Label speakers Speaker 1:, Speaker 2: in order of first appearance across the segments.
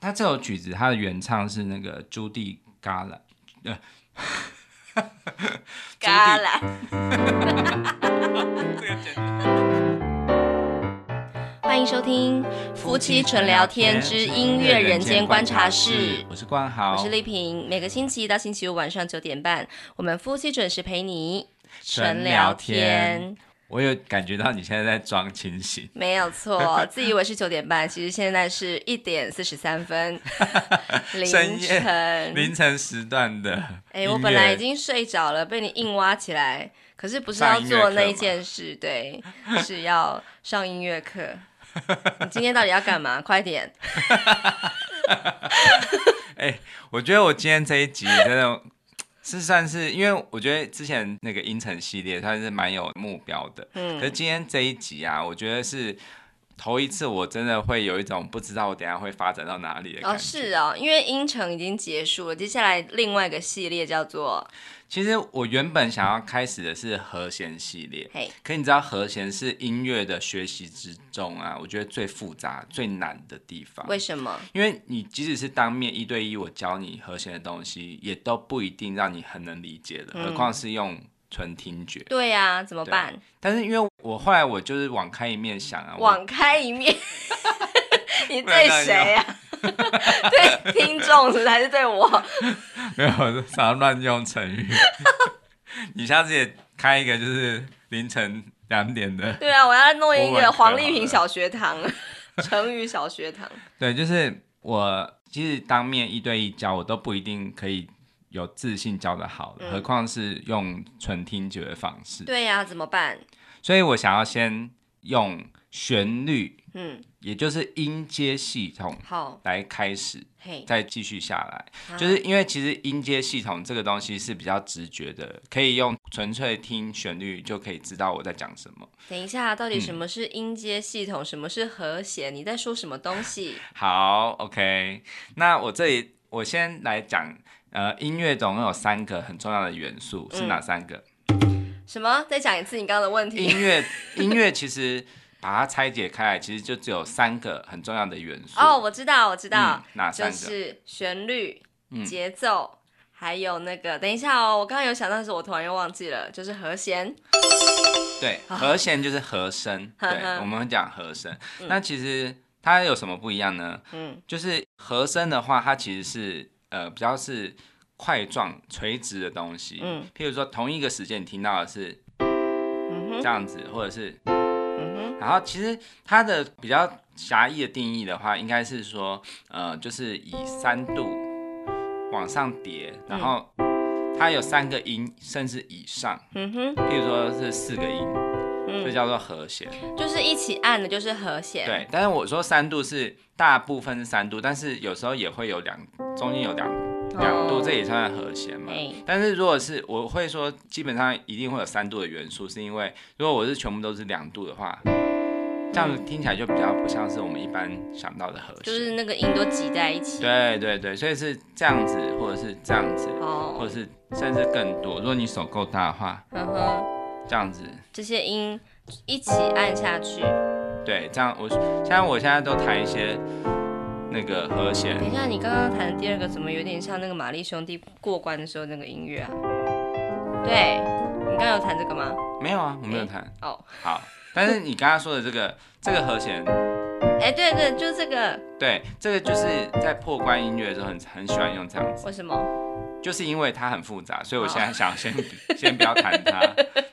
Speaker 1: 他这首曲子，它的原唱是那个朱蒂·嘎兰，呃，朱
Speaker 2: 嘎
Speaker 1: 蒂，
Speaker 2: 啦，
Speaker 1: 这个简直
Speaker 2: 欢迎收听夫妻纯聊天之音乐人间观察室。
Speaker 1: 我是冠豪，
Speaker 2: 我是丽萍，每个星期一到星期五晚上九点半，我们夫妻准时陪你
Speaker 1: 纯聊天。我有感觉到你现在在装清醒，
Speaker 2: 没 有错，自以为是九点半，其实现在是一点四十三分，凌
Speaker 1: 深夜
Speaker 2: 晨。
Speaker 1: 凌晨时段的。
Speaker 2: 嗯哎、我本来已。经睡着了，被你硬挖起来，可是不是要
Speaker 1: 上音乐
Speaker 2: 做
Speaker 1: 课
Speaker 2: 那
Speaker 1: 吗
Speaker 2: 一件事，对，是要上音乐课。你今天到底要 干嘛？快点！
Speaker 1: 我觉得我今天这一集真的 是算是，因为我觉得之前那个音程系列算是蛮有目标的，
Speaker 2: 嗯
Speaker 1: 可是今天这一集啊，我觉得是头一次，我真的会有一种不知道我等一下会发展到哪里的感觉。
Speaker 2: 哦，是哦，因为音程已经结束了，接下来另外一个系列叫做
Speaker 1: 其实我原本想要开始的是和弦系列，
Speaker 2: 嘿，
Speaker 1: 可你知道和弦是音乐的学习之中啊，我觉得最复杂、最难的地方。
Speaker 2: 为什么？
Speaker 1: 因为你即使是当面一对一，我教你和弦的东西，也都不一定让你很能理解的，
Speaker 2: 嗯
Speaker 1: 何况是用纯听觉。
Speaker 2: 对呀、怎么
Speaker 1: 对啊
Speaker 2: 办？
Speaker 1: 但是因为我后来我就是网开一面想啊，我
Speaker 2: 网开一面，你
Speaker 1: 不然
Speaker 2: 对
Speaker 1: 那你
Speaker 2: 谁 呀、对听众是不是还是对我？
Speaker 1: 没有我就想要乱用成语。 你下次也开一个就是凌晨两点的，
Speaker 2: 对啊，我要弄一
Speaker 1: 我网
Speaker 2: 个
Speaker 1: 课
Speaker 2: 黄
Speaker 1: 好
Speaker 2: 丽萍
Speaker 1: 了
Speaker 2: 小学堂， 成语小学堂。
Speaker 1: 对，就是我其实当面一对一教，我都不一定可以有自信教的好的，
Speaker 2: 嗯
Speaker 1: 何况是用纯听觉的方式。
Speaker 2: 对呀、怎么办？
Speaker 1: 所以我想要先用旋律，
Speaker 2: 嗯，
Speaker 1: 也就是音阶系统
Speaker 2: 好，
Speaker 1: 来开始，
Speaker 2: 嘿，
Speaker 1: 再继续下来。
Speaker 2: 啊
Speaker 1: 就是因为其实音阶系统这个东西是比较直觉的，可以用纯粹听旋律就可以知道我在讲什么。
Speaker 2: 等一下，到底
Speaker 1: 嗯
Speaker 2: 什么是音阶系统，什么是和弦？你在说什么东西？
Speaker 1: 好，OK，那我这里我先来讲，呃，音乐总共有三个很重要的元素，是
Speaker 2: 嗯
Speaker 1: 哪三个？
Speaker 2: 什么？再讲一次你刚刚的问题。
Speaker 1: 音乐音乐其实把它拆解开来，其实就只有三个很重要的元素。
Speaker 2: 哦，我知道，我知道。
Speaker 1: 嗯，哪三
Speaker 2: 就
Speaker 1: 个？
Speaker 2: 是旋律
Speaker 1: 嗯、
Speaker 2: 节奏，还有那个，等一下哦，我刚刚有想到，但是我突然又忘记了，就是和弦。
Speaker 1: 对，
Speaker 2: 啊
Speaker 1: 和弦就是和声，对
Speaker 2: 呵呵，
Speaker 1: 我们会讲和声。
Speaker 2: 嗯
Speaker 1: 那其实它有什么不一样呢？
Speaker 2: 嗯，
Speaker 1: 就是和声的话，它其实是呃比较是块状垂直的东西。
Speaker 2: 嗯，
Speaker 1: 譬如说同一个时间你听到的是
Speaker 2: 嗯
Speaker 1: 这
Speaker 2: 哼，
Speaker 1: 样子，或者是，
Speaker 2: 嗯哼，
Speaker 1: 然后其实它的比较狭义的定义的话，应该是说，呃，就是以三度往上叠，然后它有三个音甚至以上，
Speaker 2: 嗯哼，
Speaker 1: 譬如说是四个音，这
Speaker 2: 嗯，
Speaker 1: 叫做和弦。
Speaker 2: 就是一起按的，就是和弦。，
Speaker 1: 对，但是我说三度是大部分是三度，但是有时候也会有两，中间有两两
Speaker 2: 哦
Speaker 1: 度，这也算是和弦嘛
Speaker 2: 哎。
Speaker 1: 但是如果是我会说，基本上一定会有三度的元素，是因为如果我是全部都是两度的话，这样子听起来就比较不像是我们一般想到的和弦。
Speaker 2: 就是那个音都挤在一起。，
Speaker 1: 对对对，所以是这样子，或者是这样子，或
Speaker 2: 哦，
Speaker 1: 者是甚至更多。如果你手够大的话，
Speaker 2: 嗯哼，
Speaker 1: 这样子，
Speaker 2: 这些音一起按下去。
Speaker 1: 对，这样我像我现在都弹一些那个和弦
Speaker 2: 等。一下，你刚刚弹的第二个怎么有点像那个玛丽兄弟过关的时候那个音乐啊？对，你刚刚有弹这个吗？
Speaker 1: 没有啊，我没有
Speaker 2: 诶
Speaker 1: 弹。
Speaker 2: 哦，
Speaker 1: 好，但是你刚刚说的这个这个和弦，
Speaker 2: 哎，对对，就这个，
Speaker 1: 对，这个就是在破关音乐的时候很很喜欢用这样子，
Speaker 2: 为什么？
Speaker 1: 就是因为它很复杂，所以我
Speaker 2: 好
Speaker 1: 现在想要
Speaker 2: 哦
Speaker 1: 先先不要弹它。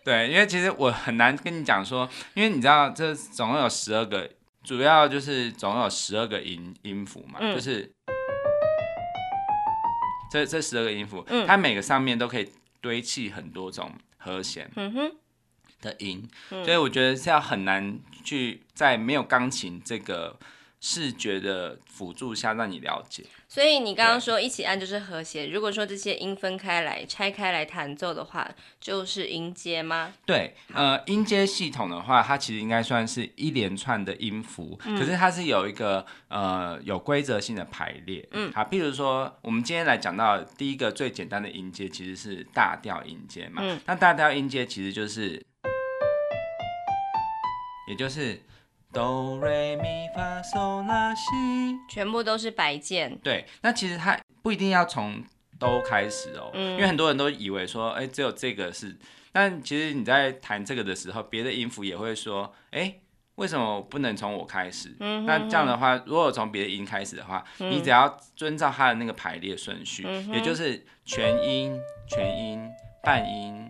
Speaker 1: 对，因为其实我很难跟你讲说，因为你知道这总共有十二个，主要就是总共有十二个音音符嘛，
Speaker 2: 嗯
Speaker 1: 就是这这十二个音符，
Speaker 2: 嗯
Speaker 1: 它每个上面都可以堆砌很多种和弦。
Speaker 2: 嗯哼。
Speaker 1: 的音，
Speaker 2: 嗯
Speaker 1: 所以我觉得是要很难去在没有钢琴这个视觉的辅助下让你了解。
Speaker 2: 所以你刚刚
Speaker 1: 对
Speaker 2: 说一起按就是和弦，如果说这些音分开来、拆开来弹奏的话，就是音阶吗？
Speaker 1: 对，呃，音阶系统的话，它其实应该算是一连串的音符，
Speaker 2: 嗯
Speaker 1: 可是它是有一个呃有规则性的排列。
Speaker 2: 嗯，
Speaker 1: 好，譬如说我们今天来讲到的第一个最简单的音阶其实是大调音阶嘛，
Speaker 2: 嗯
Speaker 1: 那大调音阶其实就是，也就是哆瑞咪发嗦拉西。
Speaker 2: 全部都是白键。
Speaker 1: 对，那其实它不一定要从哆开始哦，
Speaker 2: 嗯
Speaker 1: 因为很多人都以为说，哎、只有这个是，但其实你在弹这个的时候，别的音符也会说，哎、为什么不能从我开始？
Speaker 2: 嗯哼
Speaker 1: 那这样的话，如果从别的音开始的话，你只要遵照它的那个排列顺序，
Speaker 2: 嗯哼
Speaker 1: 也就是全音、全音、半音、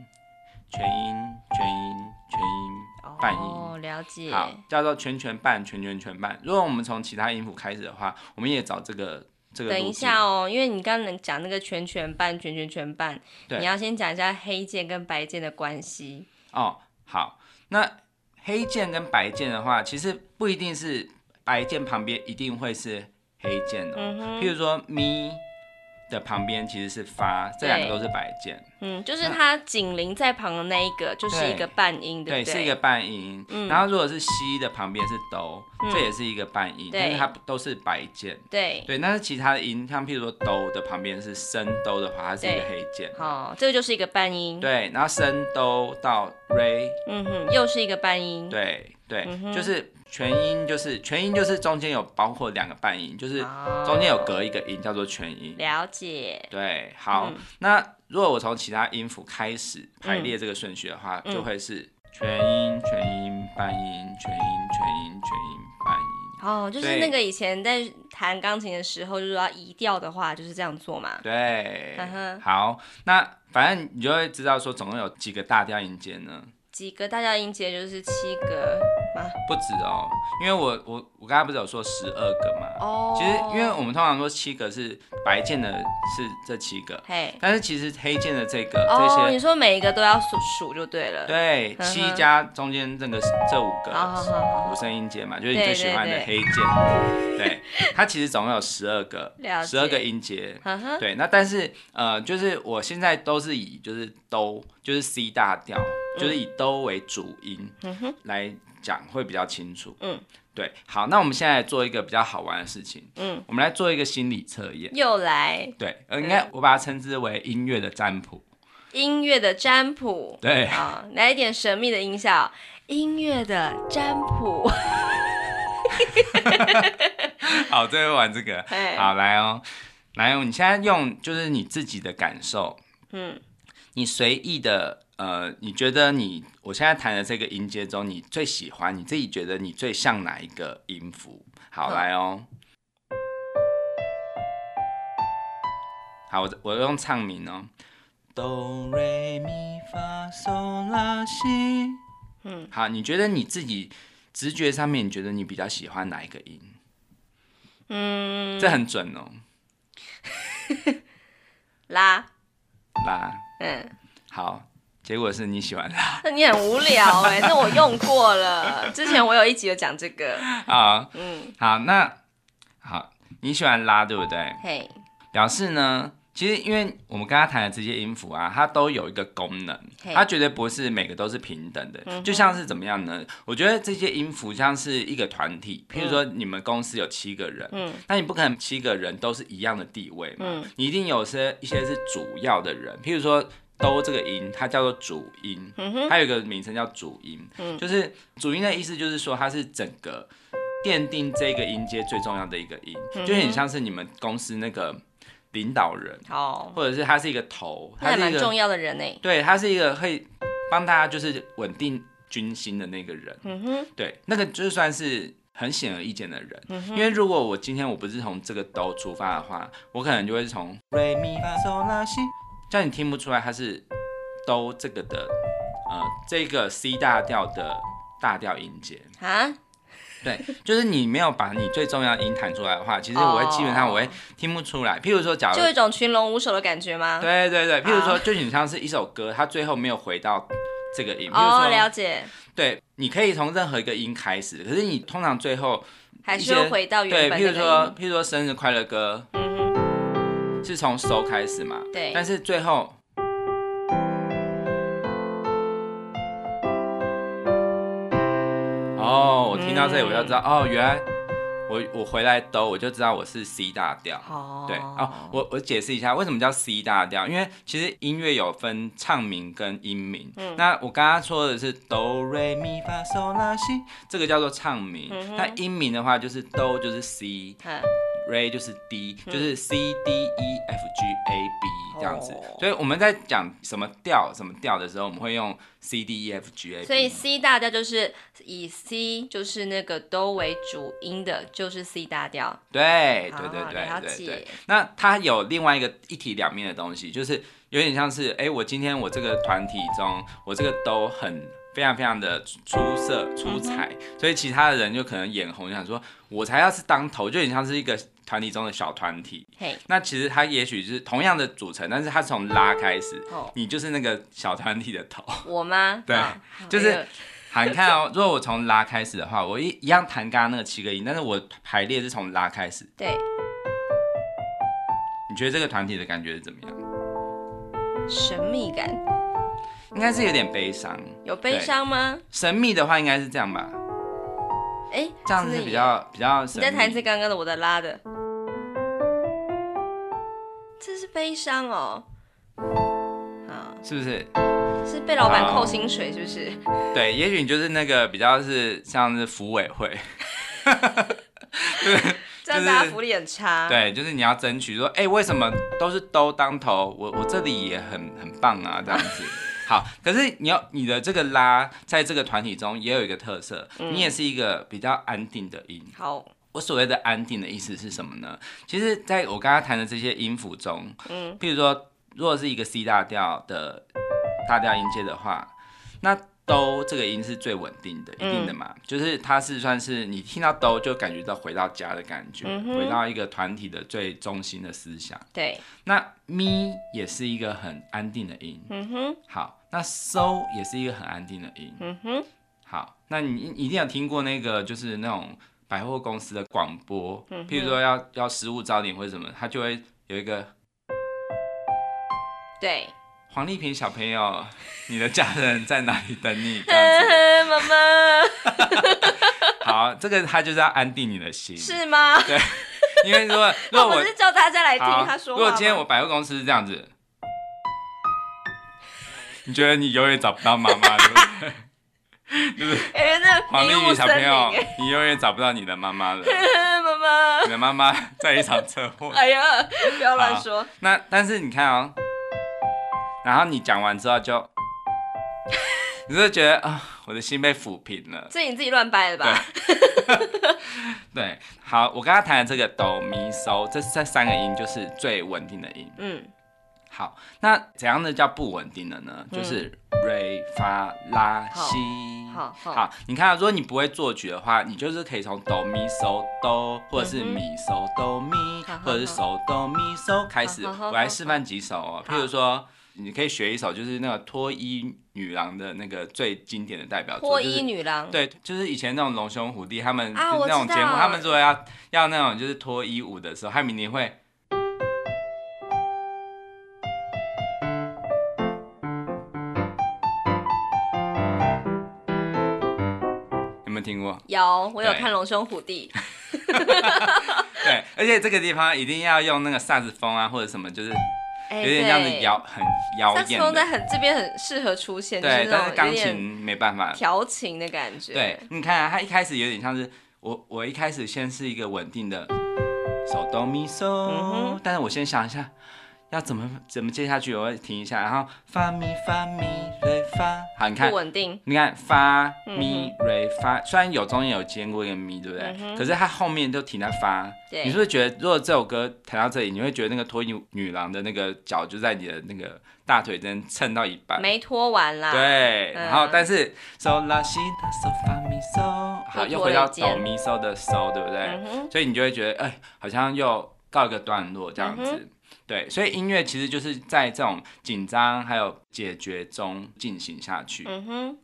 Speaker 1: 全音、全音、全音、半音。
Speaker 2: 哦，了解。
Speaker 1: 好，叫做全全半，全全全半。如果我们从其他音符开始的话，我们也找这个这个。
Speaker 2: 等一下，哦，因为你刚刚讲那个全全半、全全全半，
Speaker 1: 对
Speaker 2: 你要先讲一下黑键跟白键的关系。
Speaker 1: 哦，好，那黑键跟白键的话，其实不一定是白键旁边一定会是黑键哦。
Speaker 2: 嗯哼
Speaker 1: 譬如说咪的旁边其实是发，这两个都是白键，
Speaker 2: 嗯，就是它紧邻在旁的那一个，就是一个半音，
Speaker 1: 对，
Speaker 2: 不对？
Speaker 1: 是一个半音。然后如果是西的旁边是哆，
Speaker 2: 嗯
Speaker 1: 这也是一个半音，
Speaker 2: 对
Speaker 1: 但是它都是白键。
Speaker 2: 对。
Speaker 1: 对，但是其他的音，像譬如说哆的旁边是升哆的话，它是一个
Speaker 2: 对
Speaker 1: 黑键。
Speaker 2: 好，这个就是一个半音。，
Speaker 1: 对，然后升哆到 re，
Speaker 2: 嗯哼，又是一个半音。
Speaker 1: 对对，
Speaker 2: 嗯哼
Speaker 1: 就是全音，就是全音，就是中间有包括两个半音，就是
Speaker 2: 哦，
Speaker 1: 中间有隔一个音叫做全音。
Speaker 2: 了解。
Speaker 1: 对，好，
Speaker 2: 嗯
Speaker 1: 那如果我从其他音符开始排列这个顺序的话，
Speaker 2: 嗯
Speaker 1: 就会是全音、全音、半音、全音、全音、全音、半音。
Speaker 2: 哦，就是
Speaker 1: 对
Speaker 2: 那个以前在弹钢琴的时候，就是要移调的话，就是这样做嘛。
Speaker 1: 对，
Speaker 2: 嗯哼
Speaker 1: 好，那反正你就会知道说总共有几个大调音阶呢？
Speaker 2: 几个大调音阶就是七个嘛。
Speaker 1: 不止哦，因为我我我刚才不是有说十二个嘛，
Speaker 2: 哦，
Speaker 1: 其实，因为我们通常说七个是白键的，是这七个，
Speaker 2: 嘿，
Speaker 1: 但是其实黑键的这个、
Speaker 2: 哦，
Speaker 1: 这
Speaker 2: 你
Speaker 1: 些，
Speaker 2: 说每一个都要数数就对了。
Speaker 1: 对，
Speaker 2: 嗯哼
Speaker 1: 七加中间这个这五个
Speaker 2: 好好好好
Speaker 1: 五
Speaker 2: 好，
Speaker 1: 声音阶嘛，就是你
Speaker 2: 对
Speaker 1: 最喜欢的
Speaker 2: 对
Speaker 1: 黑键，对，它其实总共有十二个
Speaker 2: 了，解
Speaker 1: 十二个音阶。
Speaker 2: 嗯哼，
Speaker 1: 对，那但是呃，就是我现在都是以就是哆，就是 C 大调，就是以哆为主音
Speaker 2: 嗯哼，
Speaker 1: 来讲会比较清楚。
Speaker 2: 嗯，
Speaker 1: 对，好，那我们现在来做一个比较好玩的事情，
Speaker 2: 嗯，
Speaker 1: 我们来做一个心理测验。
Speaker 2: 又来
Speaker 1: 对，呃，应该我把它称之为音乐的占卜。
Speaker 2: 音乐的占卜。
Speaker 1: 对，
Speaker 2: 啊、来一点神秘的音效，音乐的占卜。
Speaker 1: 好，最后玩这个，
Speaker 2: 嘿
Speaker 1: 好来哦，来哦，你现在用就是你自己的感受，
Speaker 2: 嗯，
Speaker 1: 你随意的，呃，你觉得你我现在弹的这个音阶中，你最喜欢，你自己觉得你最像哪一个音符？好，
Speaker 2: 好
Speaker 1: 来哦。好，我我用唱名哦，哆瑞咪发嗦拉西。
Speaker 2: 嗯，
Speaker 1: 好，你觉得你自己直觉上面，你觉得你比较喜欢哪一个音？
Speaker 2: 嗯，
Speaker 1: 这很准哦，
Speaker 2: 拉，
Speaker 1: 拉。
Speaker 2: 嗯，
Speaker 1: 好，结果是你喜欢拉
Speaker 2: 那 你很无聊哎、那我用过了，之前我有一集有讲这个，
Speaker 1: 啊。
Speaker 2: 嗯，
Speaker 1: 好，那好，你喜欢拉，对不对？
Speaker 2: 嘿，
Speaker 1: 表示呢，其实因为我们刚刚谈的这些音符啊，它都有一个功能，
Speaker 2: 嘿
Speaker 1: 它绝对不是每个都是平等的。
Speaker 2: 嗯哼
Speaker 1: 就像是怎么样呢？我觉得这些音符像是一个团体，譬如说你们公司有七个人，
Speaker 2: 嗯
Speaker 1: 那你不可能七个人都是一样的地位嘛，
Speaker 2: 嗯
Speaker 1: 你一定有些一些是主要的人，譬如说哆这个音，它叫做主音，
Speaker 2: 嗯哼，
Speaker 1: 它有一个名称叫主音，
Speaker 2: 嗯
Speaker 1: 就是主音的意思就是说它是整个奠定这个音阶最重要的一个音，
Speaker 2: 嗯哼
Speaker 1: 就很像是你们公司那个领导人，
Speaker 2: 好，
Speaker 1: 或者是他是一个头，
Speaker 2: 那
Speaker 1: 他
Speaker 2: 还
Speaker 1: 是
Speaker 2: 蛮
Speaker 1: 一
Speaker 2: 重
Speaker 1: 个
Speaker 2: 要的人哎、
Speaker 1: 对，他是一个会帮大家就是稳定军心的那个人，
Speaker 2: 嗯哼，
Speaker 1: 对，那个就算是很显而易见的人。
Speaker 2: 嗯
Speaker 1: 因
Speaker 2: 哼，
Speaker 1: 为如果我今天我不是从这个哆出发的话，我可能就会从瑞咪发嗦拉西，这样你听不出来它是哆这个的，呃，这个 C 大调的大调音阶。
Speaker 2: 啊，
Speaker 1: 对，就是你没有把你最重要的音弹出来的话，其实我会基本上我会听不出来。譬如说，假如
Speaker 2: 哦就有一种群龙无首的感觉吗？
Speaker 1: 对对对，譬如说，
Speaker 2: 啊
Speaker 1: 就很像是一首歌，它最后没有回到这个音。譬
Speaker 2: 哦，
Speaker 1: 如
Speaker 2: 了
Speaker 1: 说，
Speaker 2: 解，
Speaker 1: 对，你可以从任何一个音开始，可是你通常最后
Speaker 2: 还
Speaker 1: 一
Speaker 2: 是
Speaker 1: 些
Speaker 2: 会回到原
Speaker 1: 对，
Speaker 2: 本
Speaker 1: 譬
Speaker 2: 那
Speaker 1: 如
Speaker 2: 个
Speaker 1: 说
Speaker 2: 音。
Speaker 1: 譬如说生日快乐歌，
Speaker 2: 嗯哼，
Speaker 1: 是从收开始嘛，
Speaker 2: 对
Speaker 1: 但是最后，
Speaker 2: 嗯
Speaker 1: 哦，我听到这里我就知道，哦，原来我我回来兜，我就知道我是 C 大调。
Speaker 2: 哦，
Speaker 1: 对哦，我我解释一下为什么叫 C 大调，因为其实音乐有分唱名跟音名。
Speaker 2: 嗯
Speaker 1: 那我刚刚说的是哆瑞咪发嗦拉西，这个叫做唱名。
Speaker 2: 嗯哼
Speaker 1: 那音名的话就是哆就是 C，
Speaker 2: 嗯，
Speaker 1: Ray 就是 D，就是 C D E F G A B 这样子。
Speaker 2: 哦
Speaker 1: 所以我们在讲什么调什么调的时候，我们会用 C D E F G A B。
Speaker 2: 所以 C 大调就是以 C 就是那个哆为主音的，就是 C 大调。
Speaker 1: 对对
Speaker 2: 哦
Speaker 1: 对
Speaker 2: 了
Speaker 1: 对对对
Speaker 2: 解。
Speaker 1: 那它有另外一个一体两面的东西，就是有点像是，哎、我今天我这个团体中，我这个都很非常非常的出色
Speaker 2: 嗯
Speaker 1: 出彩，所以其他的人就可能眼红，想说我才要是当头，就有点像是一个团体中的小团体。
Speaker 2: 嘿，
Speaker 1: 那其实它也许是同样的组成，但是它从拉开始，
Speaker 2: 哦，
Speaker 1: 你就是那个小团体的头。
Speaker 2: 我吗？
Speaker 1: 对
Speaker 2: 好
Speaker 1: 就是
Speaker 2: 哎呦
Speaker 1: 好，你看哦，如果我从拉开始的话，我一一样弹刚刚那个七个音，但是我排列是从拉开始。
Speaker 2: 对，
Speaker 1: 你觉得这个团体的感觉是怎么样？
Speaker 2: 神秘感
Speaker 1: 应该是有点悲伤，
Speaker 2: 有悲伤吗？
Speaker 1: 神秘的话应该是这样吧，
Speaker 2: 哎，
Speaker 1: 这样子
Speaker 2: 真
Speaker 1: 是
Speaker 2: 的
Speaker 1: 比
Speaker 2: 耶
Speaker 1: 较比较神
Speaker 2: 你
Speaker 1: 秘。
Speaker 2: 再弹一次刚刚的我的拉的，这是悲伤哦。好，
Speaker 1: 是不是？
Speaker 2: 是被老板
Speaker 1: 好
Speaker 2: 扣薪水是不是？
Speaker 1: 对，也许你就是那个比较是像是服委会，
Speaker 2: 这样大家福利很差。，
Speaker 1: 对，就是你要争取说，哎、为什么都是都当头，我我这里也很很棒啊，这样子。好，可是你要你的这个拉，在这个团体中也有一个特色，你也是一个比较安定的音。
Speaker 2: 好，
Speaker 1: 我所谓的安定的意思是什么呢？其实，在我刚刚弹的这些音符中，
Speaker 2: 嗯，
Speaker 1: 譬如说，如果是一个 C 大调的大调音阶的话，那哆这个音是最稳定的，一
Speaker 2: 嗯
Speaker 1: 定的嘛，就是它是算是你听到哆就感觉到回到家的感觉，
Speaker 2: 嗯哼
Speaker 1: 回到一个团体的最中心的思想。
Speaker 2: 对，
Speaker 1: 那咪也是一个很安定的音，
Speaker 2: 嗯哼，
Speaker 1: 好，那 so 也是一个很安定的音，
Speaker 2: 嗯哼，
Speaker 1: 好，那你一定有听过那个就是那种百货公司的广播，
Speaker 2: 嗯哼
Speaker 1: 譬如说要要失物招领或者什么，它就会有一个
Speaker 2: 对。
Speaker 1: 黄丽萍小朋友，你的家人在哪里等你？这样子
Speaker 2: 妈妈
Speaker 1: 好，这个他就是要安定你的心，
Speaker 2: 是吗？
Speaker 1: 因为如 果如
Speaker 2: 那
Speaker 1: 果
Speaker 2: 不
Speaker 1: 我
Speaker 2: 是叫大家来听
Speaker 1: 好，
Speaker 2: 他说
Speaker 1: 如
Speaker 2: 话吗
Speaker 1: 果今天我百货公司是这样子，你觉得你永远找不到妈妈，对不 对？
Speaker 2: 哎、那
Speaker 1: 黄丽
Speaker 2: 迷雾
Speaker 1: 萍小朋友
Speaker 2: 森林，
Speaker 1: 你永远找不到你的妈妈了，
Speaker 2: 哎妈妈，
Speaker 1: 你的妈妈在一场车祸。
Speaker 2: 哎呀，不要乱说，
Speaker 1: 那但是你看哦，然后你讲完之后就，你就觉得啊、我的心被抚平了。
Speaker 2: 这你自己乱掰的吧？
Speaker 1: 对，好，我刚刚弹的这个哆咪嗦，这这三个音就是最稳定的音。
Speaker 2: 嗯，
Speaker 1: 好，那怎样的叫不稳定的呢？
Speaker 2: 嗯
Speaker 1: 就是瑞发拉西。
Speaker 2: 好好
Speaker 1: 好，你看啊，如果你不会作曲的话，你就是可以从哆咪嗦哆，或者是
Speaker 2: 嗯哼
Speaker 1: 咪嗦哆咪
Speaker 2: 好好，
Speaker 1: 或者是手哆咪嗦开始。
Speaker 2: 好好好
Speaker 1: 我来示范几首哦，
Speaker 2: 好
Speaker 1: 譬如说。你可以学一首，就是那个脱衣女郎的那个最经典的代表作，
Speaker 2: 脱
Speaker 1: 就是
Speaker 2: 衣女郎，
Speaker 1: 对，就是以前那种龙兄虎弟他们、
Speaker 2: 啊我
Speaker 1: 那种
Speaker 2: 知
Speaker 1: 节目，
Speaker 2: 道
Speaker 1: 他们说要要那种就是脱衣舞的时候，汉明年会。有没有听过？
Speaker 2: 有我有
Speaker 1: 对
Speaker 2: 看《龙兄 虎弟》，
Speaker 1: 对，而且这个地方一定要用那个萨克斯风啊，或者什么，就是有
Speaker 2: 哎
Speaker 1: 点这样子
Speaker 2: 对
Speaker 1: 摇，很妖
Speaker 2: 萨克斯
Speaker 1: 艳
Speaker 2: 风在
Speaker 1: 的。
Speaker 2: 很这边很适合出现，就
Speaker 1: 对，
Speaker 2: 那
Speaker 1: 但
Speaker 2: 种
Speaker 1: 是钢
Speaker 2: 有
Speaker 1: 琴
Speaker 2: 点
Speaker 1: 没办法，
Speaker 2: 调情的感觉，
Speaker 1: 对，，你看、啊、他一开始有点像是我，我一开始先是一个稳定的手哆咪嗦
Speaker 2: 嗯哼，
Speaker 1: 但是我先想一下要怎么怎么接下去，我会停一下，然后发咪发咪瑞发，好，你看
Speaker 2: 不。稳定，
Speaker 1: 你看发咪瑞发，虽然有中间有兼过一个咪，对不对？
Speaker 2: 嗯嗯哼
Speaker 1: 可是它后面就停在发。
Speaker 2: 对
Speaker 1: 你是不是觉得，如果这首歌弹到这里，你会觉得那个脱衣女郎的那个脚就在你的那个大腿间蹭到一半？
Speaker 2: 没拖完啦，，
Speaker 1: 呃对，
Speaker 2: 嗯
Speaker 1: 然后但是 so la si da so fa mi so，好，
Speaker 2: 又
Speaker 1: 又
Speaker 2: 多
Speaker 1: 回到
Speaker 2: 了一
Speaker 1: 哆
Speaker 2: 件
Speaker 1: 咪嗦的 so，对不对？
Speaker 2: 嗯哼，
Speaker 1: 所以你就会觉得，哎、好像又告一个段落这样子。
Speaker 2: 嗯
Speaker 1: 对，所以音乐其实就是在这种紧张还有解决中进行下去。
Speaker 2: 嗯哼，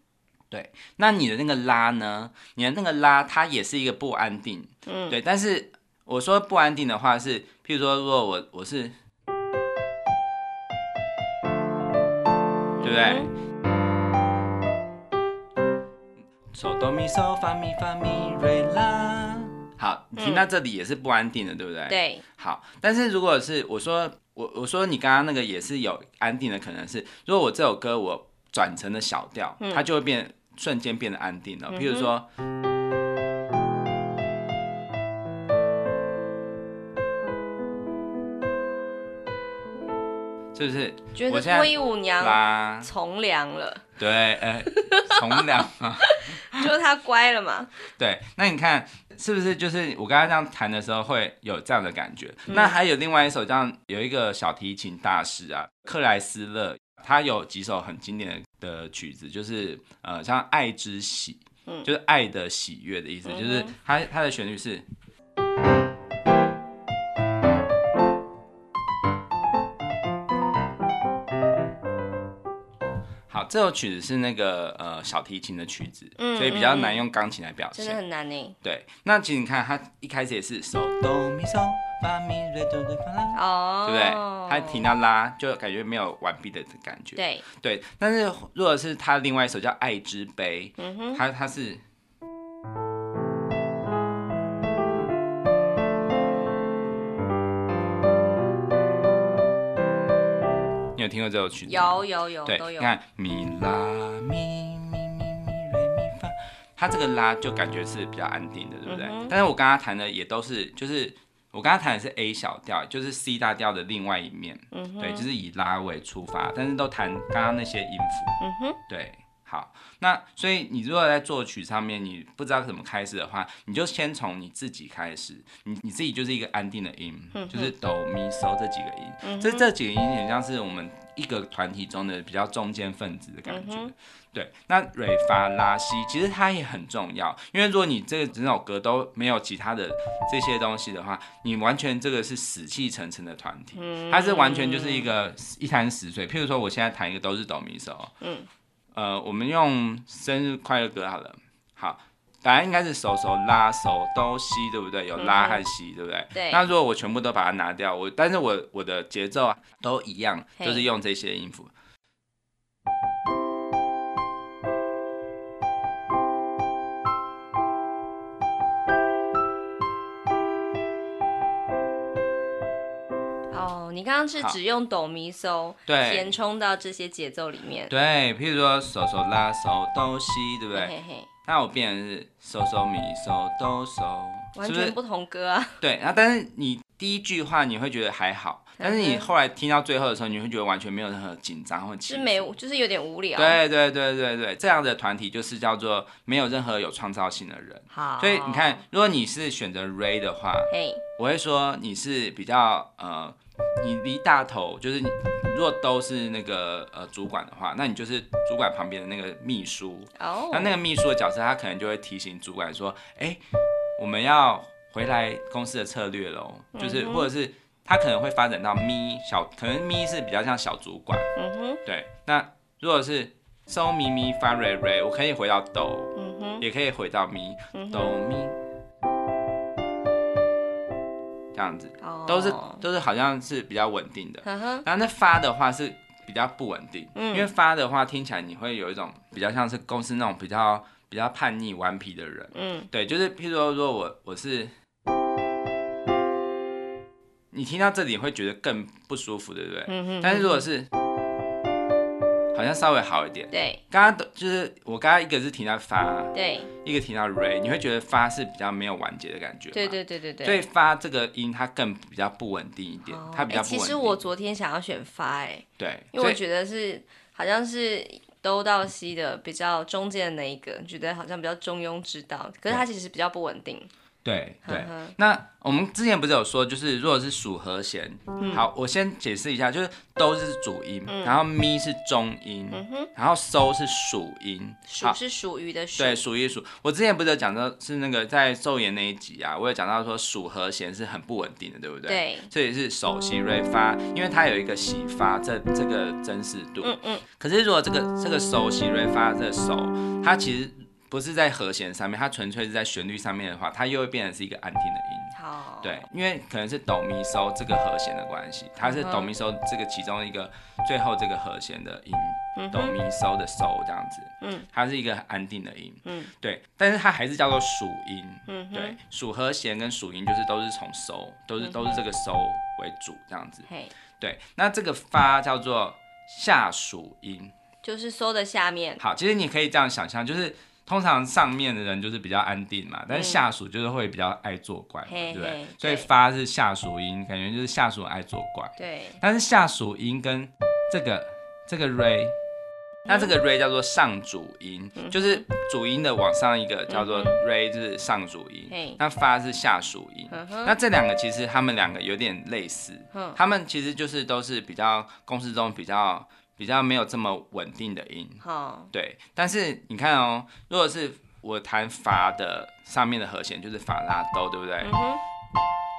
Speaker 1: 那你的那个拉呢？你的那个拉，它也是一个不安定。
Speaker 2: 嗯，
Speaker 1: 对，但是我说不安定的话是，譬如说，如果我我是，对不对？
Speaker 2: 嗯
Speaker 1: 手哆咪嗦发咪发咪瑞拉，好，你
Speaker 2: 嗯
Speaker 1: 听到这里也是不安定的，对不对？。
Speaker 2: 对，
Speaker 1: 好，但是如果是我说我我说你刚刚那个也是有安定的可能是，如果我这首歌我转成了小调，它就会变瞬间变得安定了。比如说，是不是？
Speaker 2: 觉
Speaker 1: 我
Speaker 2: 得
Speaker 1: 现在
Speaker 2: 脱衣舞娘
Speaker 1: 啦，
Speaker 2: 从良了，
Speaker 1: 对，呃，从良啊嘛，
Speaker 2: 就是她乖了 嘛。
Speaker 1: 对。那你看是不是就是我刚刚这样弹的时候会有这样的感觉？
Speaker 2: 嗯
Speaker 1: 那还有另外一首这样，有一个小提琴大师啊，克莱斯勒，他有几首很经典的的曲子，就是呃，像《爱之喜》，
Speaker 2: 嗯
Speaker 1: 就是爱的喜悦的意思，
Speaker 2: 嗯哼
Speaker 1: 就是它它的旋律是。好，这首曲子是那个呃小提琴的曲子，
Speaker 2: 嗯
Speaker 1: 所以比较
Speaker 2: 嗯
Speaker 1: 难
Speaker 2: 嗯
Speaker 1: 用钢琴来表
Speaker 2: 真
Speaker 1: 现
Speaker 2: 的。很难呢。
Speaker 1: 对，那其实你看，他一开始也是手哆咪嗦发咪瑞哆瑞发啦，
Speaker 2: 哦，
Speaker 1: 对不对？他停到拉，就感觉没有完毕的感觉。
Speaker 2: 对，
Speaker 1: 对但是如果是他另外一首叫《爱之杯》，
Speaker 2: 嗯哼，
Speaker 1: 他他是你有听过这首曲子吗？
Speaker 2: 有有有
Speaker 1: 对，
Speaker 2: 都
Speaker 1: 你
Speaker 2: 有，
Speaker 1: 看咪拉咪咪咪咪瑞咪发，它这个拉就感觉是比较安定的，对不对？
Speaker 2: 嗯哼
Speaker 1: 但是我刚刚弹的也都是，就是我刚刚弹的是 A 小调，就是 C 大调的另外一面，
Speaker 2: 嗯哼，
Speaker 1: 对，就是以拉为出发，但是都弹刚刚那些音符，
Speaker 2: 嗯哼，
Speaker 1: 对。好，那所以你如果在作曲上面你不知道怎么开始的话，你就先从你自己开始，你你自己就是一个安定的音，
Speaker 2: 嗯哼
Speaker 1: 就是哆咪嗦这几个音，
Speaker 2: 嗯
Speaker 1: 这
Speaker 2: 哼
Speaker 1: 这几个音很像是我们一个团体中的比较中间分子的感觉。
Speaker 2: 嗯哼
Speaker 1: 对，那蕊发拉西其实它也很重要，因为如果你这个整首歌都没有其他的这些东西的话，你完全这个是死气沉沉的团体，
Speaker 2: 嗯
Speaker 1: 它是完全就是一个一潭死水。譬如说，我现在弹一个都是哆咪嗦，
Speaker 2: 嗯，
Speaker 1: 呃，我们用生日快乐歌好了，好。答案应该是手手拉手哆西，对不对？有拉和西，对不对？
Speaker 2: 对
Speaker 1: 那如果我全部都把它拿掉，我但是我我的节奏啊都一样，
Speaker 2: 嘿
Speaker 1: 就是用这些音符。
Speaker 2: 哦，你刚刚是
Speaker 1: 好
Speaker 2: 只用哆咪嗦
Speaker 1: 对
Speaker 2: 填充到这些节奏里面，
Speaker 1: 对，譬如说手手拉手哆西，对不对？
Speaker 2: 嘿嘿，
Speaker 1: 那我变成是手手咪手哆手，
Speaker 2: 完
Speaker 1: 是不是
Speaker 2: 全不同歌啊，
Speaker 1: 对，然后但是你第一句话你会觉得还好，但是你
Speaker 2: 嗯哼
Speaker 1: 后来听到最后的时候，你会觉得完全没有任何紧张或
Speaker 2: 就
Speaker 1: 起
Speaker 2: 是
Speaker 1: 伏。
Speaker 2: 没，就是有点无聊，，
Speaker 1: 对对对对对，这样的团体就是叫做没有任何有创造性的人。
Speaker 2: 好，
Speaker 1: 所以你，
Speaker 2: 哦
Speaker 1: 看，如果你是选择 Ray 的话，
Speaker 2: 嘿，
Speaker 1: 我会说你是比较呃，你离大头就是你如果都是那个呃主管的话，那你就是主管旁边的那个秘书。
Speaker 2: 哦，
Speaker 1: 那那个秘书的角色，他可能就会提醒主管说：“哎、我们要回来公司的策略喽。”就是
Speaker 2: 嗯哼
Speaker 1: 或者是他可能会发展到咪小，可能咪是比较像小主管。
Speaker 2: 嗯哼，
Speaker 1: 对，那如果是收咪咪发瑞瑞，我可以回到哆，
Speaker 2: 嗯哼，
Speaker 1: 也可以回到咪
Speaker 2: 嗯
Speaker 1: 哆
Speaker 2: 哼，
Speaker 1: 咪，这样子
Speaker 2: 哦，
Speaker 1: 都是都是好像是比较稳定的。
Speaker 2: 呵呵，
Speaker 1: 然后那发的话是比较不稳定，
Speaker 2: 嗯
Speaker 1: 因为发的话听起来你会有一种比较像是公司那种比较比较叛逆顽皮的人，
Speaker 2: 嗯，
Speaker 1: 对，就是譬如说，如果我我是，你听到这里会觉得更不舒服，对不对？
Speaker 2: 嗯哼，
Speaker 1: 但是如果是好像稍微好一点，
Speaker 2: 对
Speaker 1: 刚刚都就是我刚刚一个是听到发，
Speaker 2: 对
Speaker 1: 一个听到 re，你会觉得发是比较没有完结的感觉，
Speaker 2: 对。对对对对，
Speaker 1: 所以发这个音它更比较不稳定一点，
Speaker 2: 哦
Speaker 1: 它比较
Speaker 2: 哎
Speaker 1: 不稳定。
Speaker 2: 其实我昨天想要选发、哎，
Speaker 1: 对，
Speaker 2: 因
Speaker 1: 所
Speaker 2: 为我
Speaker 1: 以
Speaker 2: 觉得是好像是都到西的比较中间的那一个，觉得好像比较中庸之道，可是它其实比较不稳定。
Speaker 1: 对对
Speaker 2: 呵呵，
Speaker 1: 那我们之前不是有说，就是如果是属和弦，
Speaker 2: 嗯
Speaker 1: 好，我先解释一下，就是都是主音，然后咪是中音，然后收是属音，
Speaker 2: 嗯属
Speaker 1: 好，
Speaker 2: 是属于的属，
Speaker 1: 对，属一属。我之前不是有讲到是那个在奏言那一集啊，我有讲到说属和弦是很不稳定的，对不对？。
Speaker 2: 对，
Speaker 1: 这也是首席瑞发，因为它有一个喜发这这个真实度。
Speaker 2: 嗯嗯，
Speaker 1: 可是如果这个这个手喜瑞发这个手，它其实不是在和弦上面，它纯粹是在旋律上面的话，它又会变成是一个安定的音。
Speaker 2: 好，
Speaker 1: 对，因为可能是哆咪嗦这个和弦的关系，它是
Speaker 2: 嗯哼
Speaker 1: 哆咪嗦这个其中一个最后这个和弦的音，
Speaker 2: 嗯
Speaker 1: 哆
Speaker 2: 哼，
Speaker 1: 咪嗦的嗦这样子，
Speaker 2: 嗯
Speaker 1: 它是一个安定的音，
Speaker 2: 嗯，
Speaker 1: 对，但是它还是叫做属音，
Speaker 2: 嗯哼，嗯
Speaker 1: 对，属和弦跟属音就是都是从收，都是都是这个收为主这样子。
Speaker 2: 嘿，
Speaker 1: 对，那这个发叫做下属音。
Speaker 2: 就是收的下面，
Speaker 1: 好，其实你可以这样想象，就是通常上面的人就是比较安定嘛，但是
Speaker 2: 嗯
Speaker 1: 下属就是会比较爱作怪嘛，
Speaker 2: 嘿
Speaker 1: 对不对
Speaker 2: 嘿？
Speaker 1: 所以
Speaker 2: 对
Speaker 1: 发是下属音，感觉就是下属爱作怪。
Speaker 2: 对，
Speaker 1: 但是下属音跟这个这个 re，那这个 re 叫做上主音，
Speaker 2: 嗯
Speaker 1: 就是主音的往上一个叫做 re，就是上主音
Speaker 2: 嘿，
Speaker 1: 那发是下属音。
Speaker 2: 嗯
Speaker 1: 那
Speaker 2: 哼，嗯
Speaker 1: 这两个其实他们两个有点类似，
Speaker 2: 哼，
Speaker 1: 他们其实就是都是比较公式中比较比较没有这么稳定的音，
Speaker 2: 好，
Speaker 1: 对。但是你看哦，如果是我弹法的上面的和弦就是法拉哆，对不对？
Speaker 2: 嗯哼，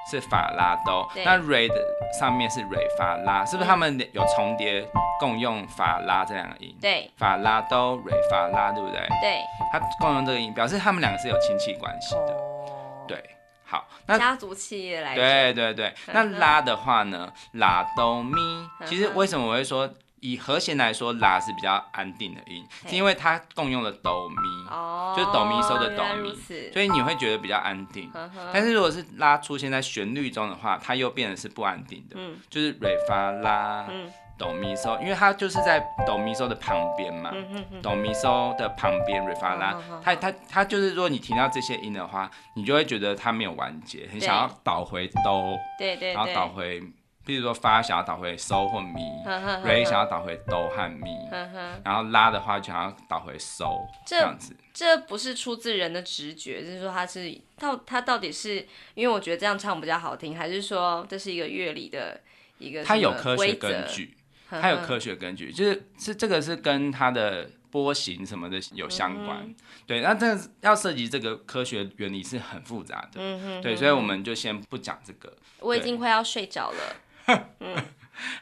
Speaker 1: 是法拉哆。
Speaker 2: 对
Speaker 1: 那 re 的上面是 re 法拉，是不是
Speaker 2: 嗯
Speaker 1: 他们有重叠共用法拉这两个音？
Speaker 2: 对
Speaker 1: 法拉哆 re 法拉，对不对？
Speaker 2: 对，
Speaker 1: 它共用这个音，表示他们两个是有亲戚关系的。
Speaker 2: 哦，
Speaker 1: 对，好，那
Speaker 2: 家族企业来着，
Speaker 1: 对对对，那
Speaker 2: 嗯哼嗯
Speaker 1: 拉的话呢，拉哆咪，
Speaker 2: 哼
Speaker 1: 其实为什么我会说以和弦来说拉是比较安定的音，
Speaker 2: 嘿
Speaker 1: 是因为它共用了哆咪，
Speaker 2: 哦，
Speaker 1: 就是哆咪嗦的
Speaker 2: 原来
Speaker 1: 哆咪
Speaker 2: 如此，嗯
Speaker 1: 所以你会觉得比较安定。
Speaker 2: 呵呵，
Speaker 1: 但是如果是拉出现在旋律中的话，它又变得是不安定的，
Speaker 2: 嗯
Speaker 1: 就是瑞发拉
Speaker 2: 嗯
Speaker 1: 哆咪嗦，因为它就是在哆咪嗦的旁边嘛，
Speaker 2: 嗯嗯嗯，
Speaker 1: 哆咪嗦的旁边瑞发拉
Speaker 2: 好好好，
Speaker 1: 它它它就是如果你听到这些音的话，你就会觉得它没有完结，很
Speaker 2: 对
Speaker 1: 想要倒回哆。
Speaker 2: 对对
Speaker 1: 然后
Speaker 2: 对，
Speaker 1: 倒回，比如说发想要倒回收或咪
Speaker 2: 呵呵呵
Speaker 1: ，re
Speaker 2: 呵
Speaker 1: 想要倒回哆和咪，
Speaker 2: 呵呵，
Speaker 1: 然后拉的话就想要倒回收这
Speaker 2: 这
Speaker 1: 样子。
Speaker 2: 这不是出自人的直觉，就是说他是到他到底是因为我觉得这样唱比较好听，还是说这是一个乐理的一个
Speaker 1: 它有
Speaker 2: 什么
Speaker 1: 科学
Speaker 2: 规则嗯
Speaker 1: 根，据，
Speaker 2: 呵呵
Speaker 1: 它有科学根据，就是是这个是跟它的波形什么的有相关。
Speaker 2: 嗯
Speaker 1: 对，那这要涉及这个科学原理是很复杂的。
Speaker 2: 嗯哼，
Speaker 1: 对，所以我们就先不讲这个。
Speaker 2: 我已经快要睡着了，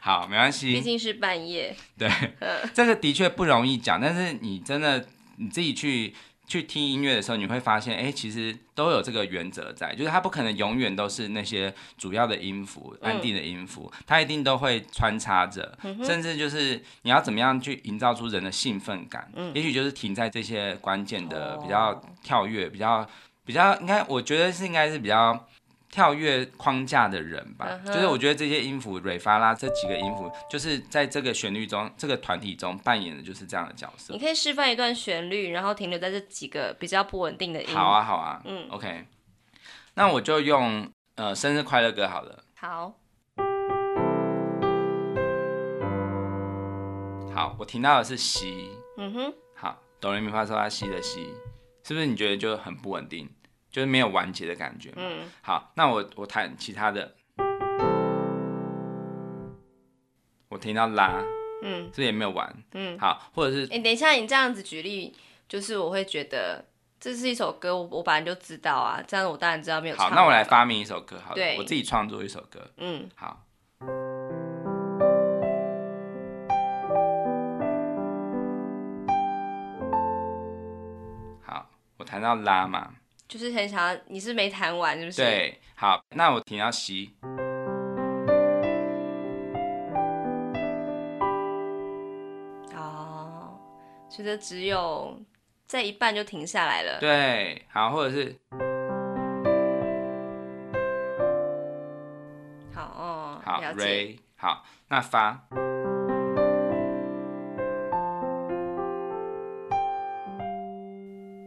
Speaker 1: 好，没关
Speaker 2: 毕
Speaker 1: 系。
Speaker 2: 竟是半夜，
Speaker 1: 对， 这个的确不容易讲，但是你真的你自己去去听音乐的时候，你会发现，哎、其实都有这个原则在，就是它不可能永远都是那些主要的音符、
Speaker 2: 嗯
Speaker 1: 安定的音符，它一定都会穿插着，甚至就是你要怎么样去营造出人的兴奋感，也许就是停在这些关键的
Speaker 2: 嗯哦
Speaker 1: 比较跳跃、比较比较，应该我觉得是应该是比较。跳跃框架的人吧
Speaker 2: 嗯哼
Speaker 1: 就是我觉得这些音符，蕊发拉这几个音符，就是在这个旋律中，这个团体中扮演的就是这样的角色
Speaker 2: 你。可以示范一段旋律，然后停留在这几个比较不稳定的音，
Speaker 1: 好，啊，好啊，
Speaker 2: 嗯，
Speaker 1: OK，那我就用呃生日快乐歌好了。
Speaker 2: 好，
Speaker 1: 好，我听到的是西，
Speaker 2: 嗯哼，
Speaker 1: 好，哆来咪发嗦拉西的西，是不是你觉得就很不稳定，就是没有完结的感觉嘛？
Speaker 2: 嗯，
Speaker 1: 好，那我我弹其他的，我听到拉，
Speaker 2: 嗯
Speaker 1: 是不是也没有完？
Speaker 2: 嗯，
Speaker 1: 好，或者是
Speaker 2: 哎、等一下，你这样子举例，就是我会觉得这是一首歌，我我本来就知道啊，这样我当然知道没有唱
Speaker 1: 好，
Speaker 2: 完。
Speaker 1: 那我来发明一首歌好了
Speaker 2: 对，
Speaker 1: 我自己创作一首歌，
Speaker 2: 嗯，
Speaker 1: 好。好，我弹到拉嘛，
Speaker 2: 就是很想要，你是没弹完是不是？，
Speaker 1: 对，好，那我停到西，
Speaker 2: 哦，觉得只有在一半就停下来了。，
Speaker 1: 对，好，或者是
Speaker 2: 好哦，
Speaker 1: 好
Speaker 2: 了解。
Speaker 1: re，好，那发，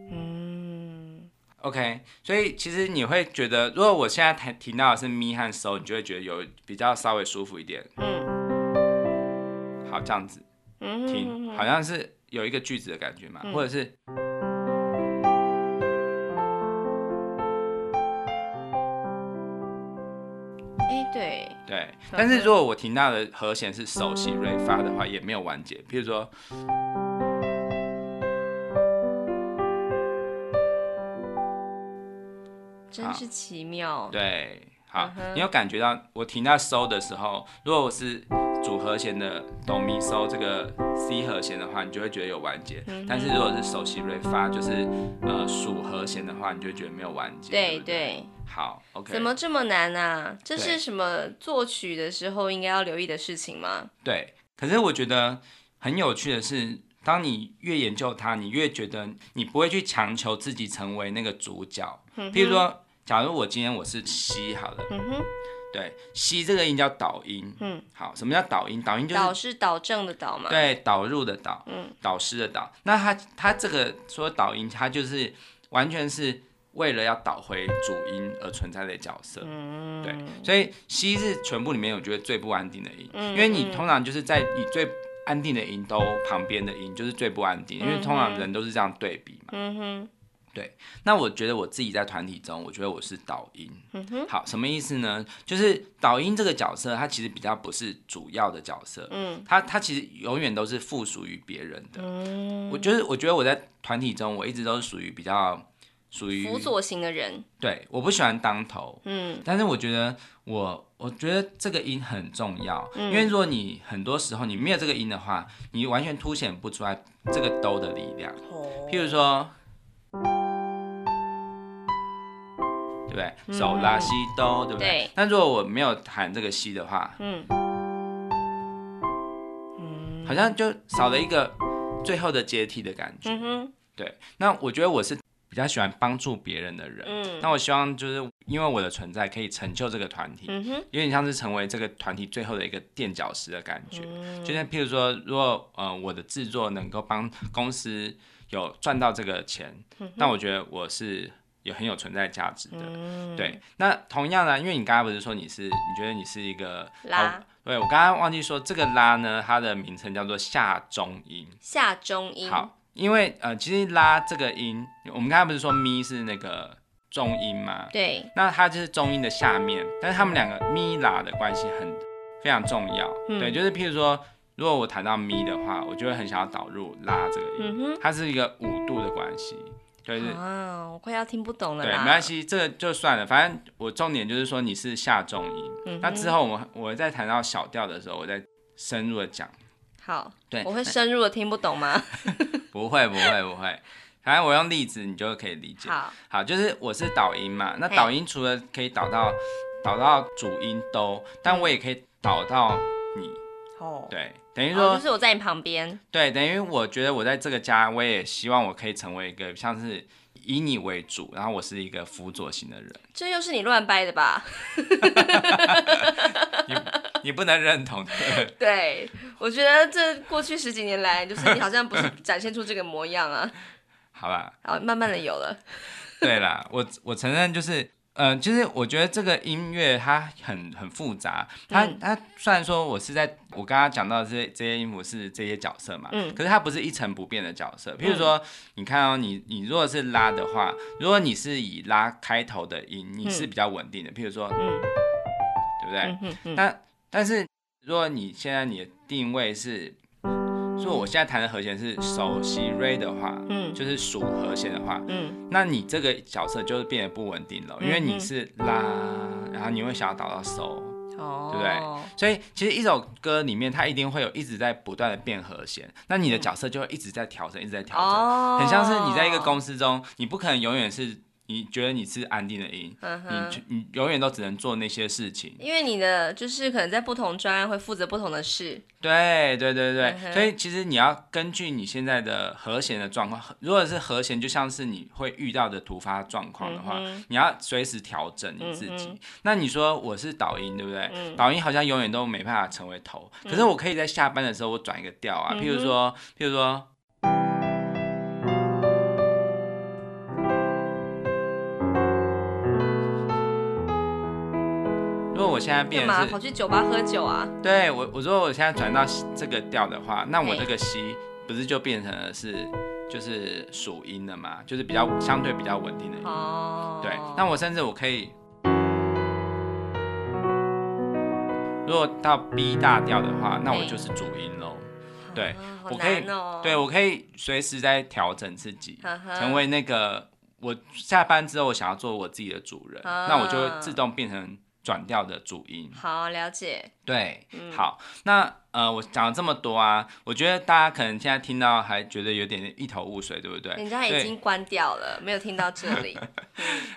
Speaker 2: 嗯，
Speaker 1: OK，所以其实你会觉得，如果我现在弹听到的是咪和收，你就会觉得有比较稍微舒服一点。
Speaker 2: 嗯
Speaker 1: 好，这样子
Speaker 2: 嗯，
Speaker 1: 听，好像是有一个句子的感觉嘛，
Speaker 2: 嗯
Speaker 1: 或者是
Speaker 2: 哎、对，
Speaker 1: 对。但
Speaker 2: 嗯
Speaker 1: 是如果我听到的和弦是首席瑞发的话，也没有完结。譬如说，
Speaker 2: 真是奇妙。
Speaker 1: 对，好
Speaker 2: 哦嗯，哼
Speaker 1: 你有感觉到我听到收的时候，如果我是主和弦的哆咪嗦这个 C 和弦的话，你就会觉得有完结；
Speaker 2: 嗯
Speaker 1: 但是如果是首席瑞发，就是呃属和弦的话，你就会觉得没有完结。对
Speaker 2: 对
Speaker 1: 不
Speaker 2: 对，
Speaker 1: 好，OK。
Speaker 2: 怎么这么难啊？这
Speaker 1: 对
Speaker 2: 是什么作曲的时候应该要留意的事情吗？
Speaker 1: 对，可是我觉得很有趣的是，当你越研究它，你越觉得你不会去强求自己成为那个主角。譬如说，假如我今天我是西好了，
Speaker 2: 嗯哼，
Speaker 1: 对，西这个音叫导音。
Speaker 2: 嗯，
Speaker 1: 好，什么叫导音？导音就是
Speaker 2: 导是导正的导嘛？
Speaker 1: 对，导入的导，
Speaker 2: 嗯
Speaker 1: 导师的导。那他他这个说导音，他就是完全是为了要导回主音而存在的角色。
Speaker 2: 嗯，
Speaker 1: 对，所以西是全部里面我觉得最不安定的音，
Speaker 2: 嗯
Speaker 1: 因为你通常就是在你最安定的音都旁边的音就是最不安定，因为通常人都是这样对比嘛。
Speaker 2: 嗯哼，
Speaker 1: 那我觉得我自己在团体中，我觉得我是导音。
Speaker 2: 嗯
Speaker 1: 好，什么意思呢？就是导音这个角色，它其实比较不是主要的角色，
Speaker 2: 嗯
Speaker 1: 它它其实永远都是附属于别人的。
Speaker 2: 嗯，
Speaker 1: 我就是我觉得我在团体中，我一直都是属于比较属于
Speaker 2: 辅佐型的人，
Speaker 1: 对，我不喜欢当头，
Speaker 2: 嗯
Speaker 1: 但是我觉得我我觉得这个音很重要，
Speaker 2: 嗯
Speaker 1: 因为如果你很多时候你没有这个音的话，你完全凸显不出来这个兜的力量。譬如说，对不对？手拉西兜，对不对？
Speaker 2: 嗯哦对
Speaker 1: 但如果我没有弹这个西的话，
Speaker 2: 嗯，
Speaker 1: 好像就少了一个最后的阶梯的感觉。
Speaker 2: 嗯哼，
Speaker 1: 对，那我觉得我是比较喜欢帮助别人的人。
Speaker 2: 嗯
Speaker 1: 那我希望就是因为我的存在可以成就这个团体，
Speaker 2: 嗯哼，
Speaker 1: 有点像是成为这个团体最后的一个垫脚石的感觉。
Speaker 2: 嗯
Speaker 1: 就像譬如说，如果呃我的制作能够帮公司有赚到这个钱，那我觉得我是也很有存在价值的。
Speaker 2: 嗯，
Speaker 1: 对，那同样啊呢，因为你刚才不是说你是，你觉得你是一个好
Speaker 2: 拉
Speaker 1: 对我刚刚忘记说这个拉呢，它的名称叫做下中音。
Speaker 2: 下中音，
Speaker 1: 好，因为呃，其实拉这个音，我们刚才不是说咪是那个重音吗？
Speaker 2: 对，
Speaker 1: 那它就是中音的下面，但是它们两个咪拉的关系很非常重要。
Speaker 2: 嗯
Speaker 1: 对，就是譬如说，如果我弹到咪的话，我就会很想要导入拉这个音，
Speaker 2: 嗯哼，
Speaker 1: 它是一个五度的关系。对对
Speaker 2: 啊，我快要听不懂了
Speaker 1: 对，
Speaker 2: 啦，
Speaker 1: 没关，系，这个就算了。反正我重点就是说你是下重音，
Speaker 2: 嗯哼
Speaker 1: 那之后我我在谈到小调的时候，我再深入的讲。
Speaker 2: 好，
Speaker 1: 对，
Speaker 2: 我会深入的听不 懂吗？
Speaker 1: 不会不会不会，反正我用例子你就可以理解。
Speaker 2: 好，
Speaker 1: 好，就是我是导音嘛，那
Speaker 2: 嘿
Speaker 1: 导音除了可以导到导到主音都，但我也可以导到你，
Speaker 2: 哦，
Speaker 1: 对，等于说、
Speaker 2: 哦就是我在你旁边，
Speaker 1: 对，等于我觉得我在这个家，我也希望我可以成为一个像是以你为主，然后我是一个辅佐型的人，
Speaker 2: 这又是你乱掰的吧？
Speaker 1: 你不能认同的，
Speaker 2: 对，我觉得这过去十几年来，就是你好像不 是展现出这个模样啊，
Speaker 1: 好吧？
Speaker 2: 好，慢慢的有了，
Speaker 1: 对啦，我我承认就是。呃，其实我觉得这个音乐它很很复杂，它、
Speaker 2: 嗯
Speaker 1: 它虽然说我是在我刚刚讲到的这些这些音符是这些角色嘛，
Speaker 2: 嗯
Speaker 1: 可是它不是一成不变的角色。譬如说，你看哦，你你如果是拉的话，如果你是以拉开头的音，你是比较稳定的，譬如说，
Speaker 2: 嗯
Speaker 1: 对不对？
Speaker 2: 嗯嗯嗯，
Speaker 1: 但但是如果你现在你的定位是，说我现在弹的和弦是首席 re 的话，
Speaker 2: 嗯
Speaker 1: 就是属和弦的话，
Speaker 2: 嗯
Speaker 1: 那你这个角色就变得不稳定了，因为
Speaker 2: 嗯哼
Speaker 1: 你是拉，然后你会想要导到手，
Speaker 2: 哦，
Speaker 1: 对不对？所以其实一首歌里面它一定会有一直在不断的变和弦，那你的角色就会一直在调整，一直在调整，
Speaker 2: 哦，
Speaker 1: 很像是你在一个，公司中，你不可能永远是你觉得你是安定的音，
Speaker 2: 嗯
Speaker 1: 你
Speaker 2: 哼，
Speaker 1: 就你永远都只能做那些事情。
Speaker 2: 因为你的就是可能在不同专案会负责不同的事，
Speaker 1: 对对对对，
Speaker 2: 嗯哼
Speaker 1: 所以其实你要根据你现在的和弦的状况，如果是和弦，就像是你会遇到的突发状况的话，
Speaker 2: 嗯
Speaker 1: 你要随时调整你自己。
Speaker 2: 嗯哼
Speaker 1: 那你说我是导音，对不对？
Speaker 2: 嗯
Speaker 1: 导音好像永远都没办法成为头，可是我可以在下班的时候我转一个调啊，
Speaker 2: 嗯哼
Speaker 1: 譬如说，譬如说。如果我现在变
Speaker 2: 干
Speaker 1: 成
Speaker 2: 嘛
Speaker 1: 是
Speaker 2: 跑去酒吧喝酒啊？
Speaker 1: 对我，我说我现在转到这个调的话，那我这个西不是就变成了是就是属音了嘛，就是比较相对比较稳定的音。
Speaker 2: 哦，
Speaker 1: 对，那我甚至我可以，如果到 B 大调的话，那我
Speaker 2: 嘿
Speaker 1: 就是主音喽。对
Speaker 2: 啊好
Speaker 1: 我可以
Speaker 2: 难哦，嗯
Speaker 1: 对，，我可以随时在调整自己，
Speaker 2: 呵呵
Speaker 1: 成为那个我下班之后我想要做我自己的主人，
Speaker 2: 啊
Speaker 1: 那我就会自动变成转调的主音。
Speaker 2: 好，了解。
Speaker 1: 对，
Speaker 2: 嗯
Speaker 1: 好，那呃，我讲了这么多啊，我觉得大家可能现在听到还觉得有点一头雾水，对不对？
Speaker 2: 人家已
Speaker 1: 对
Speaker 2: 经关掉了，没有听到这里。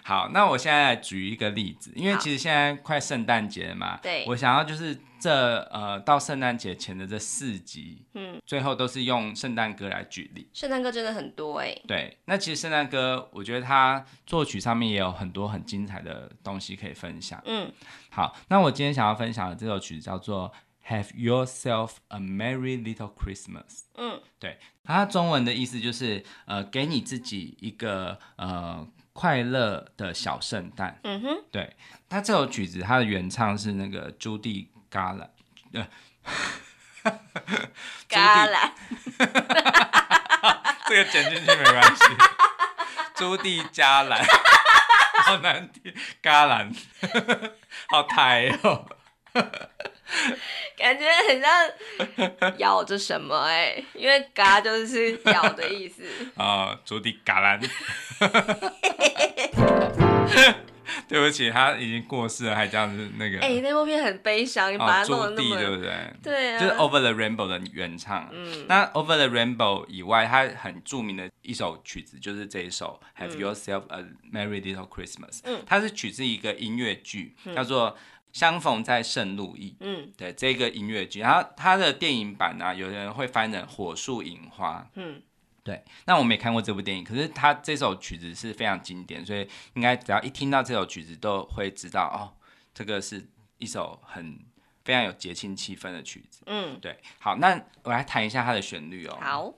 Speaker 1: 好，那我现在来举一个例子，因为其实现在快圣诞节了嘛，
Speaker 2: 对
Speaker 1: 我想要就是这呃到圣诞节前的这四集，
Speaker 2: 嗯，
Speaker 1: 最后都是用圣诞歌来举例。
Speaker 2: 圣诞歌真的很多哎、
Speaker 1: 对，那其实圣诞歌，我觉得它作曲上面也有很多很精彩的东西可以分享。
Speaker 2: 嗯，
Speaker 1: 好，那我今天想要分享的这首曲子叫做《Have Yourself a Merry Little Christmas》。
Speaker 2: 嗯，
Speaker 1: 对，它中文的意思就是呃，给你自己一个呃快乐的小圣诞。
Speaker 2: 嗯哼，
Speaker 1: 对，它这首曲子它的原唱是那个朱迪·嘎兰，呃，朱
Speaker 2: 嘎
Speaker 1: 迪
Speaker 2: 啦，
Speaker 1: 这个剪进去没关系。朱棣加兰，好难听，嘎兰，好台哦。
Speaker 2: 感觉很像咬着什么哎、因为嘎就是咬的 意思。
Speaker 1: 啊、朱棣嘎兰。 对不起，他已经过世了，还这样子那个。
Speaker 2: 哎、那部片很悲伤，你把
Speaker 1: 哦，
Speaker 2: 它
Speaker 1: 朱
Speaker 2: 弄得那
Speaker 1: 棣对
Speaker 2: 么……
Speaker 1: 不对？
Speaker 2: 对啊，
Speaker 1: 就是哦 Over the Rainbow 的原唱。
Speaker 2: 嗯
Speaker 1: 那 Over the Rainbow 以外，它很著名的一首曲子就是这一首 Have Yourself a Merry Little Christmas。
Speaker 2: 嗯
Speaker 1: 它是取自一个音乐剧，叫做《相逢在圣路易》。
Speaker 2: 嗯
Speaker 1: 对这个音乐剧，然后它的电影版呢、有人会翻成《火树银花》。
Speaker 2: 嗯，
Speaker 1: 对，那我没看过这部电影，可是它这首曲子是非常经典，所以应该只要一听到这首曲子，都会知道哦，这个是一首很非常有节庆气氛的曲子。
Speaker 2: 嗯，
Speaker 1: 对，好，那我来弹一下它的旋律哦。，
Speaker 2: 好，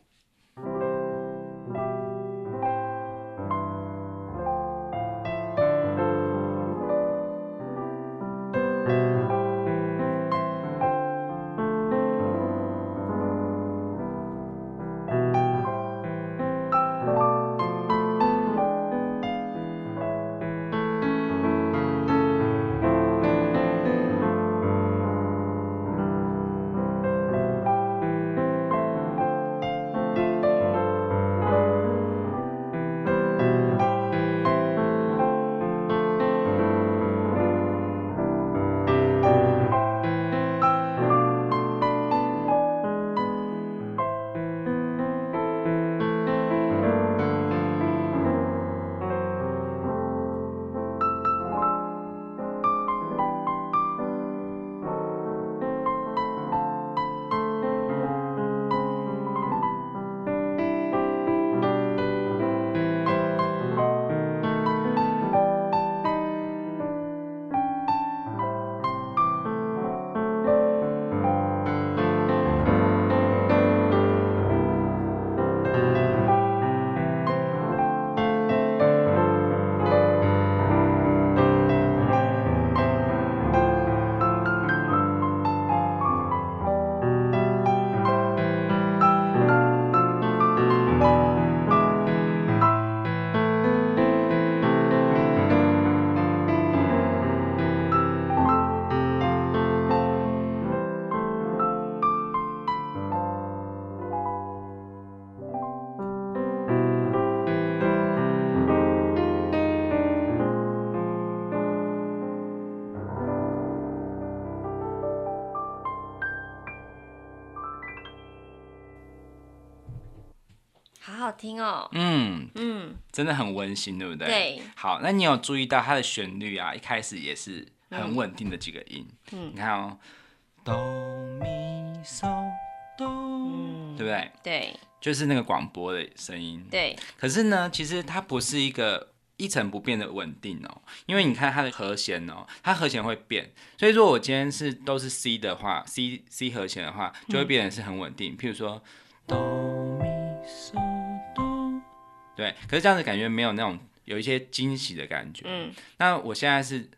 Speaker 2: 好好听哦。
Speaker 1: 嗯，
Speaker 2: 嗯，
Speaker 1: 真的很温馨，对不对？。
Speaker 2: 对，
Speaker 1: 好，那你有注意到它的旋律啊？一开始也是很稳定的几个音，
Speaker 2: 嗯
Speaker 1: 你看哦，哆咪嗦哆，
Speaker 2: 嗯
Speaker 1: 对不对？
Speaker 2: 对
Speaker 1: 就是那个广播的声音。
Speaker 2: 对，
Speaker 1: 可是呢，其实它不是一个一成不变的稳定哦，因为你看它的和弦哦，它和弦会变，所以如果我今天是都是 C 的话，C C 和弦的话，就会变得是很稳定。譬如说哆咪嗦哆，对，可是这样子感觉没有那种有一些惊喜的感觉。
Speaker 2: 嗯
Speaker 1: 那我现在是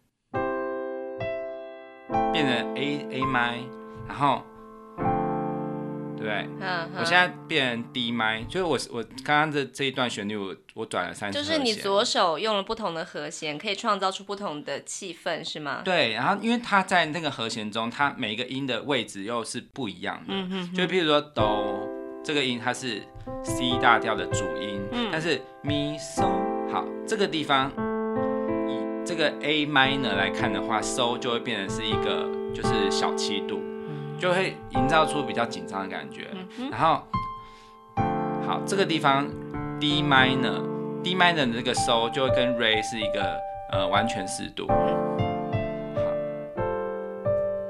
Speaker 1: 变成 A A 麦，然后对不对？
Speaker 2: 嗯，
Speaker 1: 我现在变成 D 麦，就是我我刚刚的这一段旋律我，我转了三十。
Speaker 2: 就是你左手用了不同的和弦，可以创造出不同的气氛，是吗？
Speaker 1: 对，然后因为它在那个和弦中，它每一个音的位置又是不一样的。
Speaker 2: 嗯哼哼
Speaker 1: 就比如说哆这个音，它是 C 大调的主音，
Speaker 2: 嗯
Speaker 1: 但是咪嗦好这个地方以这个 A minor 来看的话，so 就会变成是一个就是小七度，就会营造出比较紧张的感觉。然后，好，这个地方 D minor，D minor 的这个 so 就会跟 re 是一个呃完全适度。好，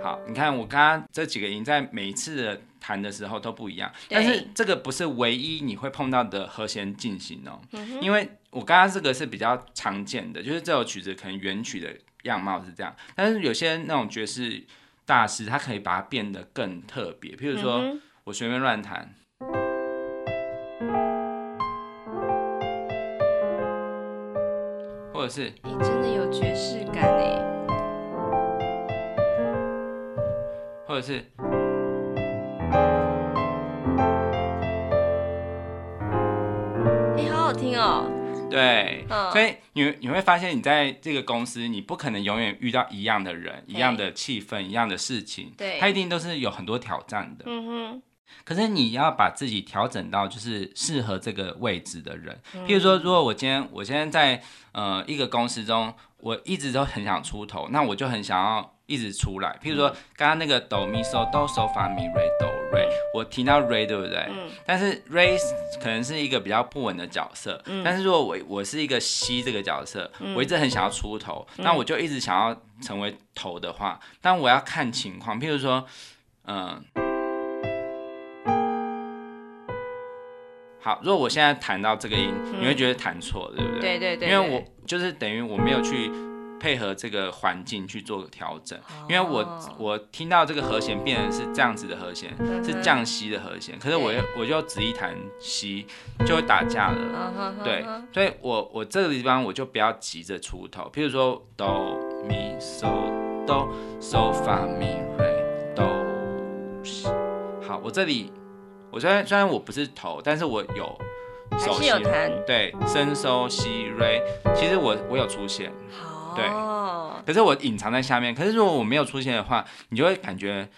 Speaker 1: 好，你看我刚刚这几个音在每一次的弹的时候都不一样，
Speaker 2: 对
Speaker 1: 但是这个不是唯一你会碰到的和弦进行哦、因为我刚刚这个是比较常见的，就是这首曲子可能原曲的样貌是这样，但是有些那种爵士大师他可以把它变得更特别，譬如说。
Speaker 2: 嗯哼
Speaker 1: 我随便乱弹。或者是
Speaker 2: 你真的有爵士感哎，
Speaker 1: 或者是，
Speaker 2: 你好好听哦。
Speaker 1: 对，
Speaker 2: 嗯
Speaker 1: 所以你你会发现，你在这个公司，你不可能永远遇到一样的人、一样的气氛、一样的事情，
Speaker 2: 对
Speaker 1: 它一定都是有很多挑战的。
Speaker 2: 嗯哼，
Speaker 1: 可是你要把自己调整到就是适合这个位置的人。
Speaker 2: 嗯
Speaker 1: 譬如说，如果我今天我现在在呃一个公司中，我一直都很想出头，那我就很想要一直出来。譬如说，刚刚那个哆咪嗦哆嗦发咪瑞哆瑞，我听到瑞对不对？
Speaker 2: 嗯
Speaker 1: 但是 Ray 可能是一个比较不稳的角色，但是如果我我是一个 C 这个角色，
Speaker 2: 嗯
Speaker 1: 我一直很想要出头，那我就一直想要成为头的话，但我要看情况，譬如说，嗯、好，如果我现在弹到这个音，你会觉得弹错，对不对？
Speaker 2: 嗯对对对，
Speaker 1: 因为我就是等于我没有去配合这个环境去做调整，因为我
Speaker 2: 哦
Speaker 1: 我听到这个和弦变成是这样子的和弦，
Speaker 2: 嗯
Speaker 1: 是
Speaker 2: 哼
Speaker 1: 降 C 的和弦，可是我
Speaker 2: 对
Speaker 1: 又我就只一弹 C 就会打架了。
Speaker 2: 嗯哼哼
Speaker 1: 对
Speaker 2: 哼，
Speaker 1: 所以我我这个地方我就不要急着出头，譬如说哆咪嗦哆嗦发咪瑞哆西。好，我这里我虽然虽然我不是头，但是我有
Speaker 2: 还
Speaker 1: 手
Speaker 2: 是
Speaker 1: 西
Speaker 2: 有弹
Speaker 1: 对升收西瑞，其实我我有出现，
Speaker 2: 好，
Speaker 1: 对可是我隐藏在下面。可是如果我没有出现的话，你就会感觉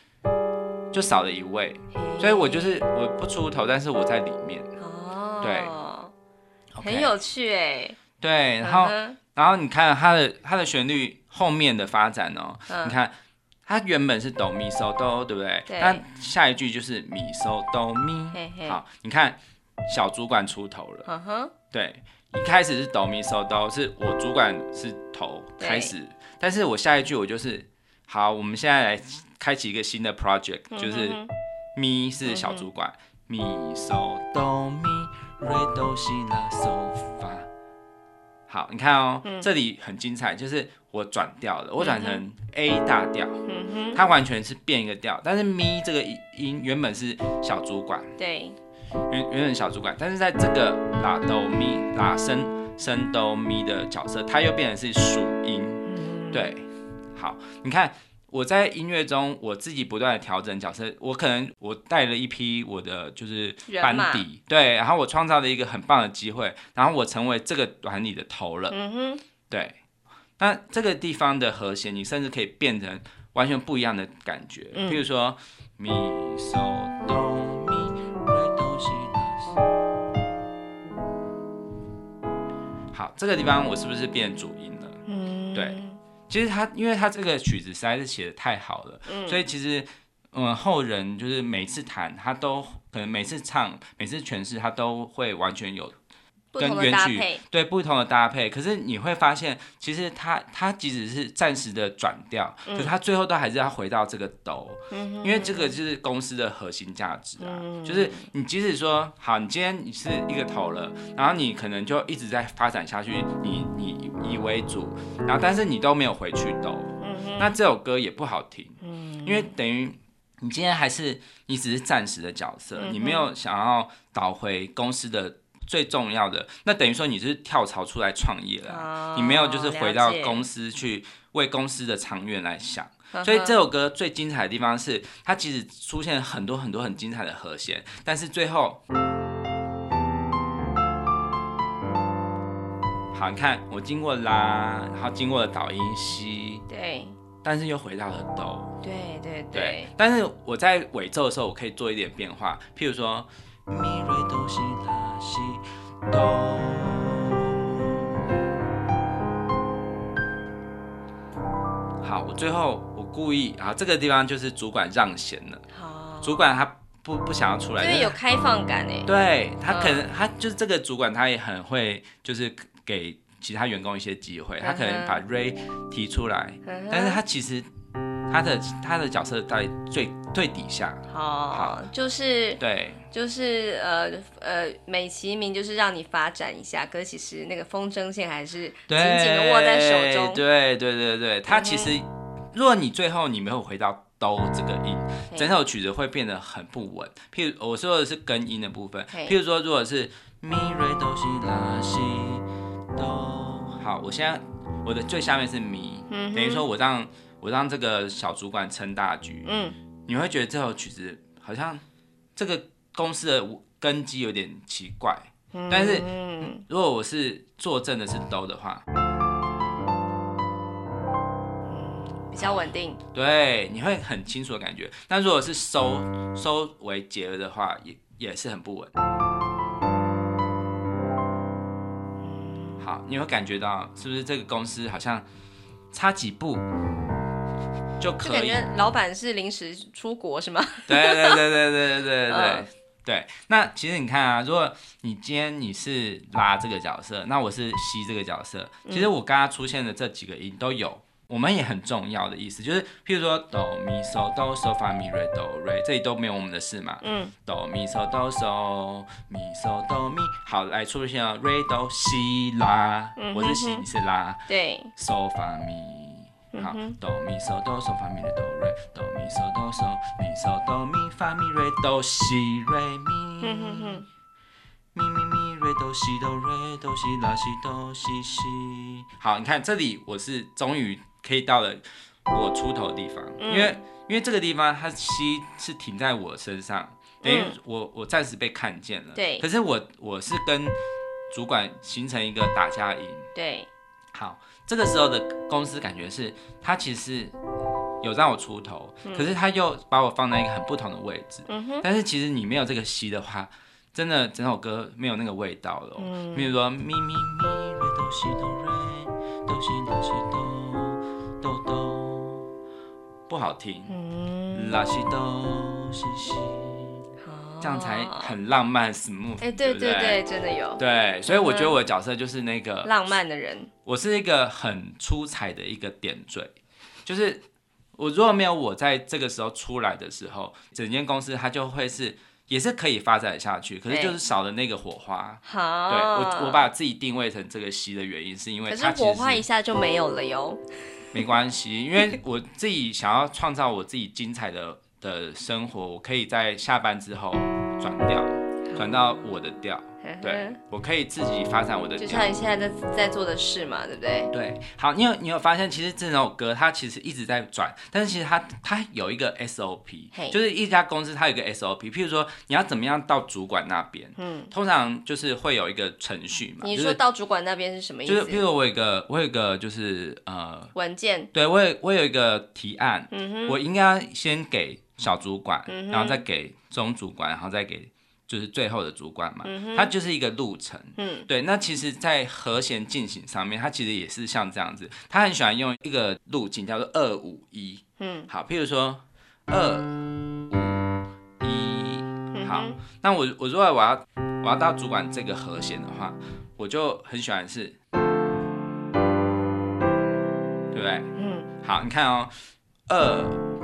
Speaker 1: 就少了一位。
Speaker 2: 嘿
Speaker 1: 所以我就是我不出头，但是我在里面。
Speaker 2: 哦，很
Speaker 1: OK
Speaker 2: 有趣哎。
Speaker 1: 对，然后
Speaker 2: 嗯
Speaker 1: 然后你看它的它的旋律后面的发展哦，
Speaker 2: 哼
Speaker 1: 你看它原本是哆咪嗦哆，对不对？
Speaker 2: 嗯对
Speaker 1: 那下一句就是咪嗦哆
Speaker 2: 嗯
Speaker 1: 咪。
Speaker 2: 嘿嘿，
Speaker 1: 好，你看小主管出头了，
Speaker 2: 嗯哼，
Speaker 1: 对，一开始是哆咪嗦哆，是我主管是头
Speaker 2: 对
Speaker 1: 开始，但是我下一句我就是好，我们现在来开启一个新的 project，就是。
Speaker 2: 嗯哼
Speaker 1: 咪是小主管，咪嗦哆咪瑞哆西拉嗦发。好，你看哦，这里很精彩，就是我转调了，我转成 A 大调，
Speaker 2: 嗯哼，
Speaker 1: 它完全是变一个调，但是咪这个音原本是小主管，
Speaker 2: 对，
Speaker 1: 原原本是小主管，但是在这个拉哆咪拉升升哆咪的角色，它又变成是属音，
Speaker 2: 嗯，
Speaker 1: 对，好，你看我在音乐中，我自己不断的调整角色，我可能我带了一批我的就是
Speaker 2: 人
Speaker 1: 班
Speaker 2: 马
Speaker 1: 底，对，然后我创造了一个很棒的机会，然后我成为这个团里的头了，
Speaker 2: 嗯哼，
Speaker 1: 对。那这个地方的和弦，你甚至可以变成完全不一样的感觉，
Speaker 2: 嗯
Speaker 1: 譬如说咪嗦哆咪瑞哆西拉。好，这个地方我是不是变主音了？
Speaker 2: 嗯，
Speaker 1: 对，其实他，因为他这个曲子实在是写的太好了，
Speaker 2: 嗯
Speaker 1: 所以其实，嗯，后人就是每次弹，他都可能每次唱、每次诠释，他都会完全有
Speaker 2: 不
Speaker 1: 跟
Speaker 2: 同的
Speaker 1: 原
Speaker 2: 搭
Speaker 1: 曲
Speaker 2: 配，
Speaker 1: 对不同的搭配。可是你会发现，其实他他即使是暂时的转调，可是他最后都还是要回到这个哆，
Speaker 2: 嗯哼
Speaker 1: 因为这个就是公司的核心价值啊。
Speaker 2: 嗯
Speaker 1: 就是你即使说好，你今天你是一个头了，然后你可能就一直在发展下去，你你以为主，然后但是你都没有回去抖，
Speaker 2: 嗯哼，
Speaker 1: 那这首歌也不好听，
Speaker 2: 嗯
Speaker 1: 因为等于你今天还是你只是暂时的角色，
Speaker 2: 嗯
Speaker 1: 你没有想要倒回公司的最重要的，那等于说你是跳槽出来创业了啊、
Speaker 2: 哦
Speaker 1: 你没有就是回到
Speaker 2: 了解嗯
Speaker 1: 公司去为公司的长远来想。
Speaker 2: 呵呵
Speaker 1: 所以这首歌最精彩的地方是，它其实出现很多很多很精彩的和弦，但是最后，好，你看我经过拉，然后经过了导音西，
Speaker 2: 对
Speaker 1: 但是又回到了哆，
Speaker 2: 对对
Speaker 1: 对，，但是我在尾奏的时候，我可以做一点变化，譬如说咪瑞哆西拉西哆。好，我最后我故意，然后这个地方就是主管让贤了，
Speaker 2: 好，
Speaker 1: 主管他不不想要出来，
Speaker 2: 因
Speaker 1: 就
Speaker 2: 为
Speaker 1: 是
Speaker 2: 有开放感哎，
Speaker 1: 对他
Speaker 2: 嗯
Speaker 1: 可能、他就是这个主管，他也很会就是给其他员工一些机会，他可能
Speaker 2: 嗯
Speaker 1: 把 Ray 提出来，
Speaker 2: 嗯哼
Speaker 1: 但是他其实他的他的角色在最最底下，
Speaker 2: 嗯好
Speaker 1: 好，
Speaker 2: 就是
Speaker 1: 对
Speaker 2: 就是呃呃，美其名就是让你发展一下，可是其实那个风筝线还是紧
Speaker 1: 对，
Speaker 2: 紧的握在手中。
Speaker 1: 对对对对，他其
Speaker 2: 嗯哼
Speaker 1: 实、如果你最后你没有回到哆这个音，
Speaker 2: 嘿
Speaker 1: 整首曲子会变得很不稳。譬如我说的是根音的部分，
Speaker 2: 嘿
Speaker 1: 譬如说如果是咪瑞哆西拉西哆，好，我现在我的最下面是咪，
Speaker 2: 嗯哼
Speaker 1: 等于说我让我让这个小主管撑大局，
Speaker 2: 嗯，
Speaker 1: 你会觉得这首曲子好像这个公司的根基有点奇怪。但是
Speaker 2: 嗯，
Speaker 1: 如果我是坐正的是哆的话，
Speaker 2: 比较稳定。
Speaker 1: 对，你会很清楚的感觉。但如果是收收为结的话，也也是很不稳。好，你会感觉到是不是这个公司好像差几步就
Speaker 2: 就
Speaker 1: 可
Speaker 2: 感
Speaker 1: 以？
Speaker 2: 觉老板是临时出 国是吗？
Speaker 1: 对对对对对对对对
Speaker 2: 嗯
Speaker 1: 对。那其实你看啊，如果你今天你是拉这个角色，那我是吸这个角色，
Speaker 2: 嗯
Speaker 1: 其实我刚刚出现的这几个音都有。我们也很重要的意思，就是譬如说哆咪嗦哆嗦发咪瑞哆瑞，这里都没有我们的事嘛。
Speaker 2: 嗯，
Speaker 1: 哆咪嗦哆嗦咪嗦哆咪，好，来出现了瑞哆西拉
Speaker 2: 嗯哼，
Speaker 1: 我是西，
Speaker 2: 哼
Speaker 1: 你是拉，
Speaker 2: 对，
Speaker 1: 嗦发咪，好
Speaker 2: 嗯哼，
Speaker 1: 哆咪嗦哆嗦发咪瑞哆瑞，哆咪嗦哆嗦咪嗦哆咪发咪瑞哆西瑞
Speaker 2: 嗯哼
Speaker 1: 咪
Speaker 2: 哼，，
Speaker 1: 咪咪咪瑞哆西哆瑞哆西拉西哆西西。好，你看这里我是终于可以到了我出头的地方，
Speaker 2: 嗯
Speaker 1: 因为因为这个地方它西是停在我身上，等于
Speaker 2: 嗯
Speaker 1: 我我暂时被看见了，
Speaker 2: 对
Speaker 1: 可是我我是跟主管形成一个打架营。
Speaker 2: 对，
Speaker 1: 好，这个时候的公司感觉是，他其实有让我出头，可是他又把我放在一个很不同的位置。
Speaker 2: 嗯哼，
Speaker 1: 但是其实你没有这个吸的话，真的整首歌没有那个味道了、哦。
Speaker 2: 嗯
Speaker 1: 比如说咪咪咪瑞哆西哆瑞哆西哆西哆哆哆，不好听。
Speaker 2: 嗯，
Speaker 1: 拉西哆西西，
Speaker 2: 好
Speaker 1: 这样才。很浪漫 smooth，
Speaker 2: 哎，对
Speaker 1: 不
Speaker 2: 对
Speaker 1: 对
Speaker 2: 对，真的有
Speaker 1: 对，所以我觉
Speaker 2: 嗯
Speaker 1: 得
Speaker 2: 哼
Speaker 1: 我的角色就是那个
Speaker 2: 浪漫的人。
Speaker 1: 我是一个很出彩的一个点缀，就是我如果没有我在这个时候出来的时候，整间公司它就会是也是可以发展下去，可是
Speaker 2: 对
Speaker 1: 就是少了那个火花。
Speaker 2: 好，
Speaker 1: 对我，我把自己定位成这个西的原因，是因为
Speaker 2: 可是
Speaker 1: 它其
Speaker 2: 火花
Speaker 1: 实
Speaker 2: 一
Speaker 1: 是
Speaker 2: 下就没有了哟。嗯
Speaker 1: 没关系，因为我自己想要创造我自己精彩的的生活，我可以在下班之后转调，转到我的调，
Speaker 2: 嗯
Speaker 1: 对
Speaker 2: 哼，
Speaker 1: 我可以自己发展我的
Speaker 2: 就
Speaker 1: 调。
Speaker 2: 像你现在在在做的事嘛，对不对？
Speaker 1: 对，好，你有你有发现，其实这首歌它其实一直在转，但是其实它它有一个 SOP，
Speaker 2: 嘿
Speaker 1: 就是一家公司它有一个 SOP，譬如说你要怎么样到主管那边，
Speaker 2: 嗯，
Speaker 1: 通常就是会有一个程序嘛，
Speaker 2: 你
Speaker 1: 就
Speaker 2: 说
Speaker 1: 是
Speaker 2: 到主管那边是什么意
Speaker 1: 就是譬
Speaker 2: 思？
Speaker 1: 如我有一个我有一个就是呃，
Speaker 2: 文件，
Speaker 1: 对我有我有一个提案，
Speaker 2: 嗯哼，
Speaker 1: 我应该先给小主管，
Speaker 2: 嗯哼
Speaker 1: 然后再给中主管，然后再给就是最后的主管嘛，
Speaker 2: 嗯哼
Speaker 1: 它就是一个路程，
Speaker 2: 嗯
Speaker 1: 对，那其实，在和弦进行上面，它其实也是像这样子，他很喜欢用一个路径叫做二五一。
Speaker 2: 嗯
Speaker 1: 好，譬如说二五一，
Speaker 2: 嗯
Speaker 1: 好
Speaker 2: 哼，
Speaker 1: 那我我如果我要我要到主管这个和弦的话，我就很喜欢是，对不对？
Speaker 2: 嗯，
Speaker 1: 好，你看哦，二五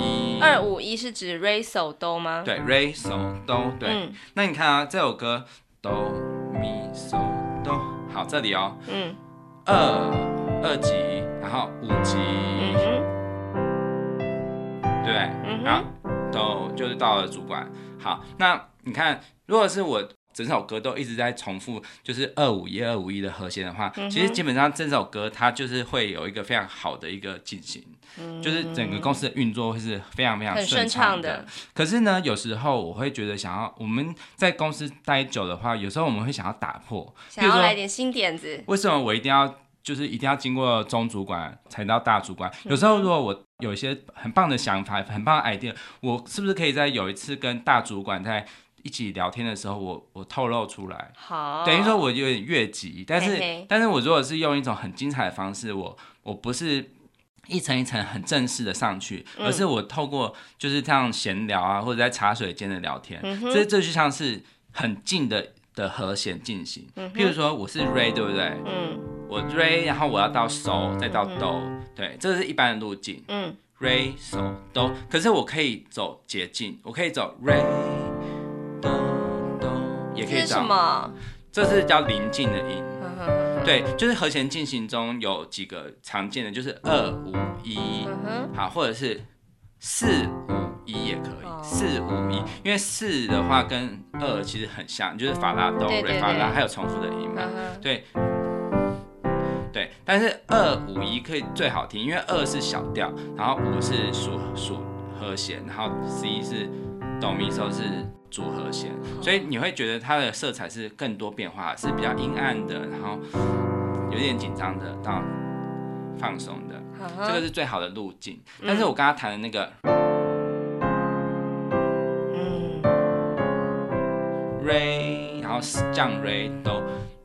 Speaker 1: 一，
Speaker 2: 二五一是指 r a s o 都吗？
Speaker 1: 嗯对，re so do 对。
Speaker 2: 嗯
Speaker 1: 那你看啊，这首歌哆咪嗦哆，好，这里哦，
Speaker 2: 嗯
Speaker 1: 二二级，然后五级，
Speaker 2: 嗯哼
Speaker 1: 对不对？
Speaker 2: 嗯
Speaker 1: 然后
Speaker 2: 哼，
Speaker 1: 都就是到了主管。好，那你看，如果是我整首歌都一直在重复，就是二五一二五一的和弦的话，
Speaker 2: 嗯哼
Speaker 1: 其实基本上这首歌它就是会有一个非常好的一个进行，就是整个公司的运作会是非常非常
Speaker 2: 嗯很顺
Speaker 1: 畅
Speaker 2: 畅的。
Speaker 1: 可是呢，有时候我会觉得想要我们在公司待久的话，有时候我们会想要打破，
Speaker 2: 想
Speaker 1: 譬如
Speaker 2: 要
Speaker 1: 说
Speaker 2: 来点新点子。
Speaker 1: 为什么我一定要就是一定要经过中主管才到大主管？有时候如果我有一些很棒的想法、很棒的 idea，我是不是可以在有一次跟大主管在一起聊天的时候，我我透露出来？
Speaker 2: 好，
Speaker 1: 等于说我有点越级，但是
Speaker 2: 嘿嘿
Speaker 1: 但是我如果是用一种很精彩的方式，我我不是一层一层很正式的上去，而是我透过就是这样闲聊啊，或者在茶水间的聊天，这这就像是很近的的和弦进行。譬如说我是 re，对不对？
Speaker 2: 嗯
Speaker 1: 我 re，然后我要到 so，再到 do，对，这是一般的路径。
Speaker 2: 嗯
Speaker 1: re so do，可是我可以走捷径，我可以走 re do do，也可
Speaker 2: 这
Speaker 1: 以
Speaker 2: 是什
Speaker 1: 走，
Speaker 2: 么？
Speaker 1: 这是叫临近的音。
Speaker 2: 嗯哼嗯哼，
Speaker 1: 对，就是和弦进行中有几个常见的，就是二五一，
Speaker 2: 嗯哼，
Speaker 1: 好，或者是四五一也可
Speaker 2: 哦
Speaker 1: 以，四五一，因为四的话跟二其实很像，就是法拉哆
Speaker 2: 对对
Speaker 1: 瑞法拉，
Speaker 2: 对
Speaker 1: 还有重复的音嘛。
Speaker 2: 嗯哼，
Speaker 1: 对，对，但是二五一可以最好听，因为二是小调，然后五是属属和弦，然后 C 是哆咪嗦是主和弦，所以你会觉得它的色彩是更多变化，是比较阴暗的，然后有点紧张的到放松的，
Speaker 2: 嗯
Speaker 1: 这个
Speaker 2: 哼，
Speaker 1: 是最好的路径。但是我刚刚弹的那个
Speaker 2: 嗯
Speaker 1: re，然后降 re 都，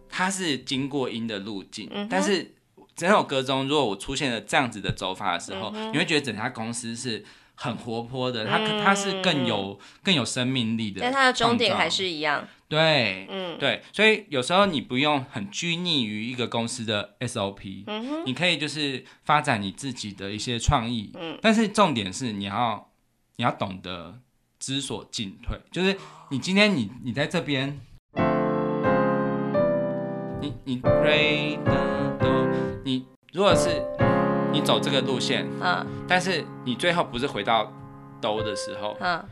Speaker 1: 它是经过音的路径，
Speaker 2: 嗯哼
Speaker 1: 但是整首歌中，如果我出现了这样子的走法的时候，你会觉得整家公司是很活泼的，它、
Speaker 2: 嗯
Speaker 1: 它是更有更有生命力的创造，
Speaker 2: 但它的终点还是一样，
Speaker 1: 对。
Speaker 2: 嗯
Speaker 1: 对，所以有时候你不用很拘泥于一个公司的 SOP，、
Speaker 2: 嗯哼，
Speaker 1: 你可以就是发展你自己的一些创意，
Speaker 2: 嗯
Speaker 1: 但是重点是你要你要懂得知所进退，就是你今天你你在这边，你你 re 的哆，你如果是你走这个路线，
Speaker 2: 嗯
Speaker 1: 但是你最后不是回到哆的时候，
Speaker 2: 嗯，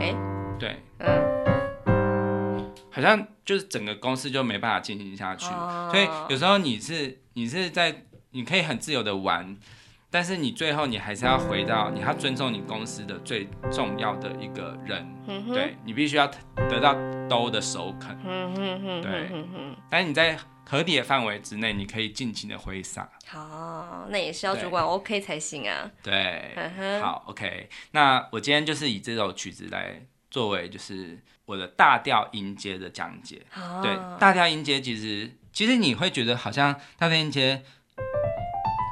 Speaker 2: 哎，
Speaker 1: 对，
Speaker 2: 嗯，
Speaker 1: 好像就是整个公司就没办法进行下去。
Speaker 2: 哦
Speaker 1: 所以有时候你是你是在你可以很自由的玩，但是你最后你还是要回到你要尊重你公司的最重要的一个人，
Speaker 2: 嗯哼，
Speaker 1: 对你必须要得到兜的首肯，
Speaker 2: 嗯哼哼，
Speaker 1: 对
Speaker 2: 哼哼
Speaker 1: 但是你在合理的范围之内，你可以尽情的挥洒。
Speaker 2: 好，那也是要主管 OK 才行啊，
Speaker 1: 对，
Speaker 2: 嗯哼，
Speaker 1: 好，OK，那我今天就是以这首曲子来作为就是我的大调音阶的讲解。
Speaker 2: 好，
Speaker 1: 对，大调音阶其实其实你会觉得好像大调音阶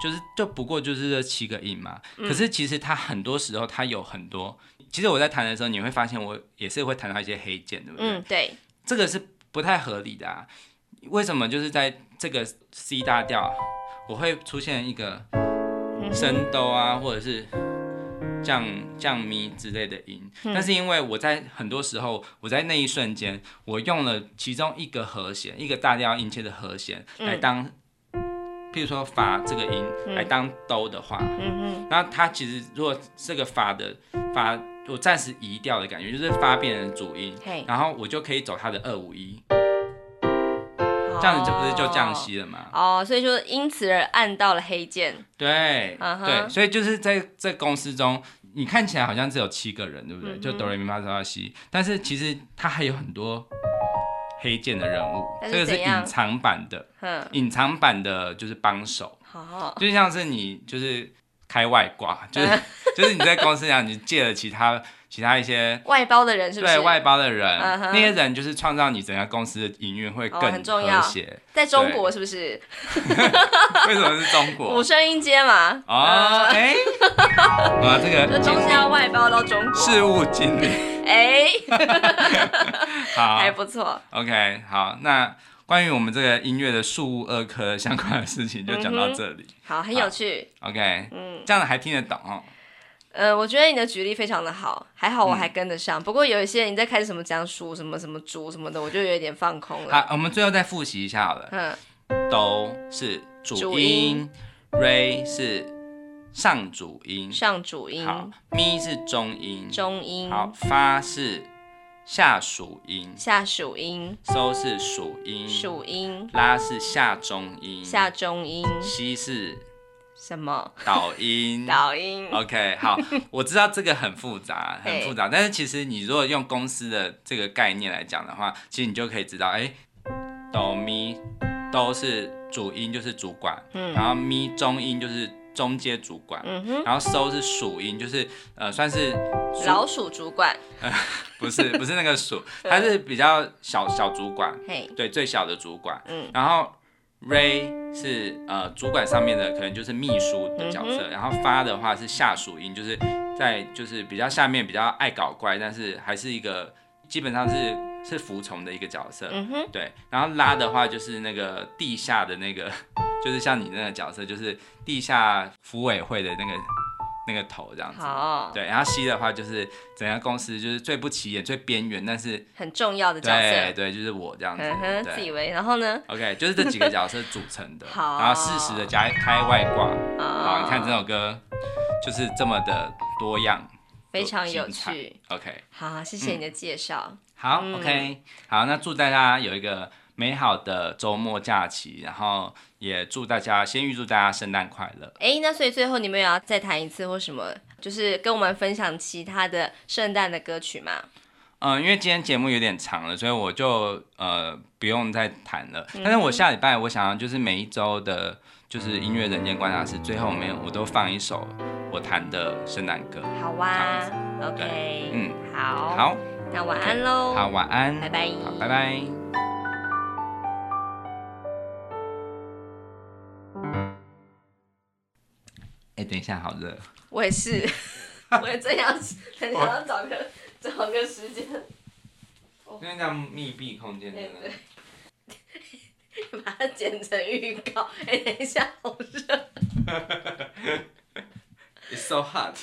Speaker 1: 就是就不过就是这七个音嘛，可是其实它很多时候它有很多，其实我在弹的时候你会发现我也是会弹到一些黑键，对不对？
Speaker 2: 嗯，对，
Speaker 1: 这个是不太合理的啊。为什么就是在这个 C 大调，啊我会出现一个
Speaker 2: 嗯哼
Speaker 1: 升哆啊，或者是降降咪之类的音？
Speaker 2: 嗯
Speaker 1: 但是因为我在很多时候，我在那一瞬间，我用了其中一个和弦，一个大调音阶的和弦
Speaker 2: 嗯
Speaker 1: 来当，譬如说发这个音
Speaker 2: 嗯
Speaker 1: 来当哆的话，
Speaker 2: 嗯哼，
Speaker 1: 那它其实如果这个发的发，我暂时移掉的感觉，就是发变成主音，
Speaker 2: 嘿，
Speaker 1: 然后我就可以走它的二五一，这样子就不是就降息了吗？
Speaker 2: 哦，哦所以说因此而按到了黑键，
Speaker 1: 对、
Speaker 2: 嗯哼
Speaker 1: 对，所以就是在这公司中，你看起来好像只有七个人，对不对？
Speaker 2: 嗯哼
Speaker 1: 就哆来咪发嗦拉西，但是其实它还有很多黑键的人物，
Speaker 2: 但是
Speaker 1: 这个是
Speaker 2: 怎样
Speaker 1: 隐藏版的，
Speaker 2: 哼，
Speaker 1: 隐藏版的就是帮手，
Speaker 2: 好，
Speaker 1: 就像是你就是开外挂，就是、
Speaker 2: 嗯
Speaker 1: 就是你在公司上你借了其他其他一些。
Speaker 2: 外包的人是不是？
Speaker 1: 对外包的人
Speaker 2: 嗯哼
Speaker 1: 那些人就是创造你整个公司的营运会
Speaker 2: 哦
Speaker 1: 更
Speaker 2: 很重要
Speaker 1: 和谐。
Speaker 2: 在中国是不是
Speaker 1: 为什么是中 国？
Speaker 2: 五声音阶嘛？
Speaker 1: 哦，
Speaker 2: 呃，
Speaker 1: 哎、 啊，这个
Speaker 2: 这东西要外包到中国，
Speaker 1: 事务经理，
Speaker 2: 哎，
Speaker 1: 好
Speaker 2: 还不错，
Speaker 1: ，OK，好，那关于我们这个音乐的数务二科相关的事情就讲到这里、
Speaker 2: 好，很有趣，
Speaker 1: o k
Speaker 2: 嗯。
Speaker 1: 这样子还听得懂哦。
Speaker 2: 呃，我觉得你的举例非常的好，还好我
Speaker 1: 嗯
Speaker 2: 还跟得上。不过有一些你在开始什么讲鼠什么什么猪什么的，我就有一点放空了。
Speaker 1: 好，我们最后再复习一下好了，
Speaker 2: 嗯
Speaker 1: 都是主
Speaker 2: 主
Speaker 1: 音
Speaker 2: 音
Speaker 1: ，re 是上主音，
Speaker 2: 上主音、
Speaker 1: 嗯好，咪是中音，
Speaker 2: 中音、
Speaker 1: 好，发是下属音
Speaker 2: 下属音、
Speaker 1: ，so 是属音，
Speaker 2: 属音、
Speaker 1: 拉是下中音，
Speaker 2: 下中音，
Speaker 1: 西是
Speaker 2: 什么
Speaker 1: 导音。
Speaker 2: 导音？
Speaker 1: OK，好，我知道这个很复杂，很
Speaker 2: 嘿
Speaker 1: 复杂，但是其实你如果用公司的这个概念来讲的话，其实你就可以知道，哎、哆咪都是主音，就是主管，
Speaker 2: 嗯
Speaker 1: 然后咪中音就是中阶主管，
Speaker 2: 嗯哼，
Speaker 1: 然后收是属音，就是呃算是
Speaker 2: 老鼠主管，
Speaker 1: 不是不是那 个属，它是比较小小主管，
Speaker 2: 嘿，
Speaker 1: 对，最小的主管，
Speaker 2: 嗯
Speaker 1: 然后 re 是呃主管上面的，可能就是秘书的角
Speaker 2: 嗯
Speaker 1: 色，然后发的话是下属音，就是在就是比较下面比较爱搞怪，但是还是一个基本上是是服从的一个角色，
Speaker 2: 嗯哼，
Speaker 1: 对。然后拉的话就是那个地下的那个， 就是像你那个角色，就是地下服委会的那个那个头这样子。
Speaker 2: 好，
Speaker 1: 对，然后 C 的话就是整个公司就是最不起眼、最边缘，但是
Speaker 2: 很重要的角
Speaker 1: 对
Speaker 2: 色，
Speaker 1: 对，就是我这样子。
Speaker 2: 嗯哼，自
Speaker 1: 对
Speaker 2: 以为，然后呢？
Speaker 1: OK，就是这几个角色组成的，
Speaker 2: 好
Speaker 1: 然后适时的加开外挂。好，
Speaker 2: 啊
Speaker 1: 你看这首歌就是这么的多样，
Speaker 2: 非常有
Speaker 1: 精彩嗯
Speaker 2: 趣。
Speaker 1: OK，
Speaker 2: 好，谢谢你的介绍。
Speaker 1: 好、
Speaker 2: 嗯
Speaker 1: o k 好，那祝大家有一个美好的周末假期，然后也祝大家先预祝大家圣诞快乐。
Speaker 2: 哎、那所以最后你们也要再谈一次或什么，就是跟我们分享其他的圣诞的歌曲嘛？
Speaker 1: 嗯，因为今天节目有点长了，所以我就呃不用再谈了。
Speaker 2: 嗯
Speaker 1: 但是我下礼拜我想要就是每一周的，就是音乐人间观察室最后面我都放一首我弹的圣诞歌。
Speaker 2: 好
Speaker 1: 这
Speaker 2: 哇，OK，
Speaker 1: 嗯，
Speaker 2: 好，，
Speaker 1: 好，
Speaker 2: 那晚安喽，
Speaker 1: 好，，晚安，
Speaker 2: 拜拜，
Speaker 1: 好，拜。拜。哎、等一下，好热。
Speaker 2: 我也是，我也正想很想要找个找个时间
Speaker 1: 因为这样密闭空间
Speaker 2: 哎对把它剪成预告。哎、等一下，好热。
Speaker 1: ，It's so hot。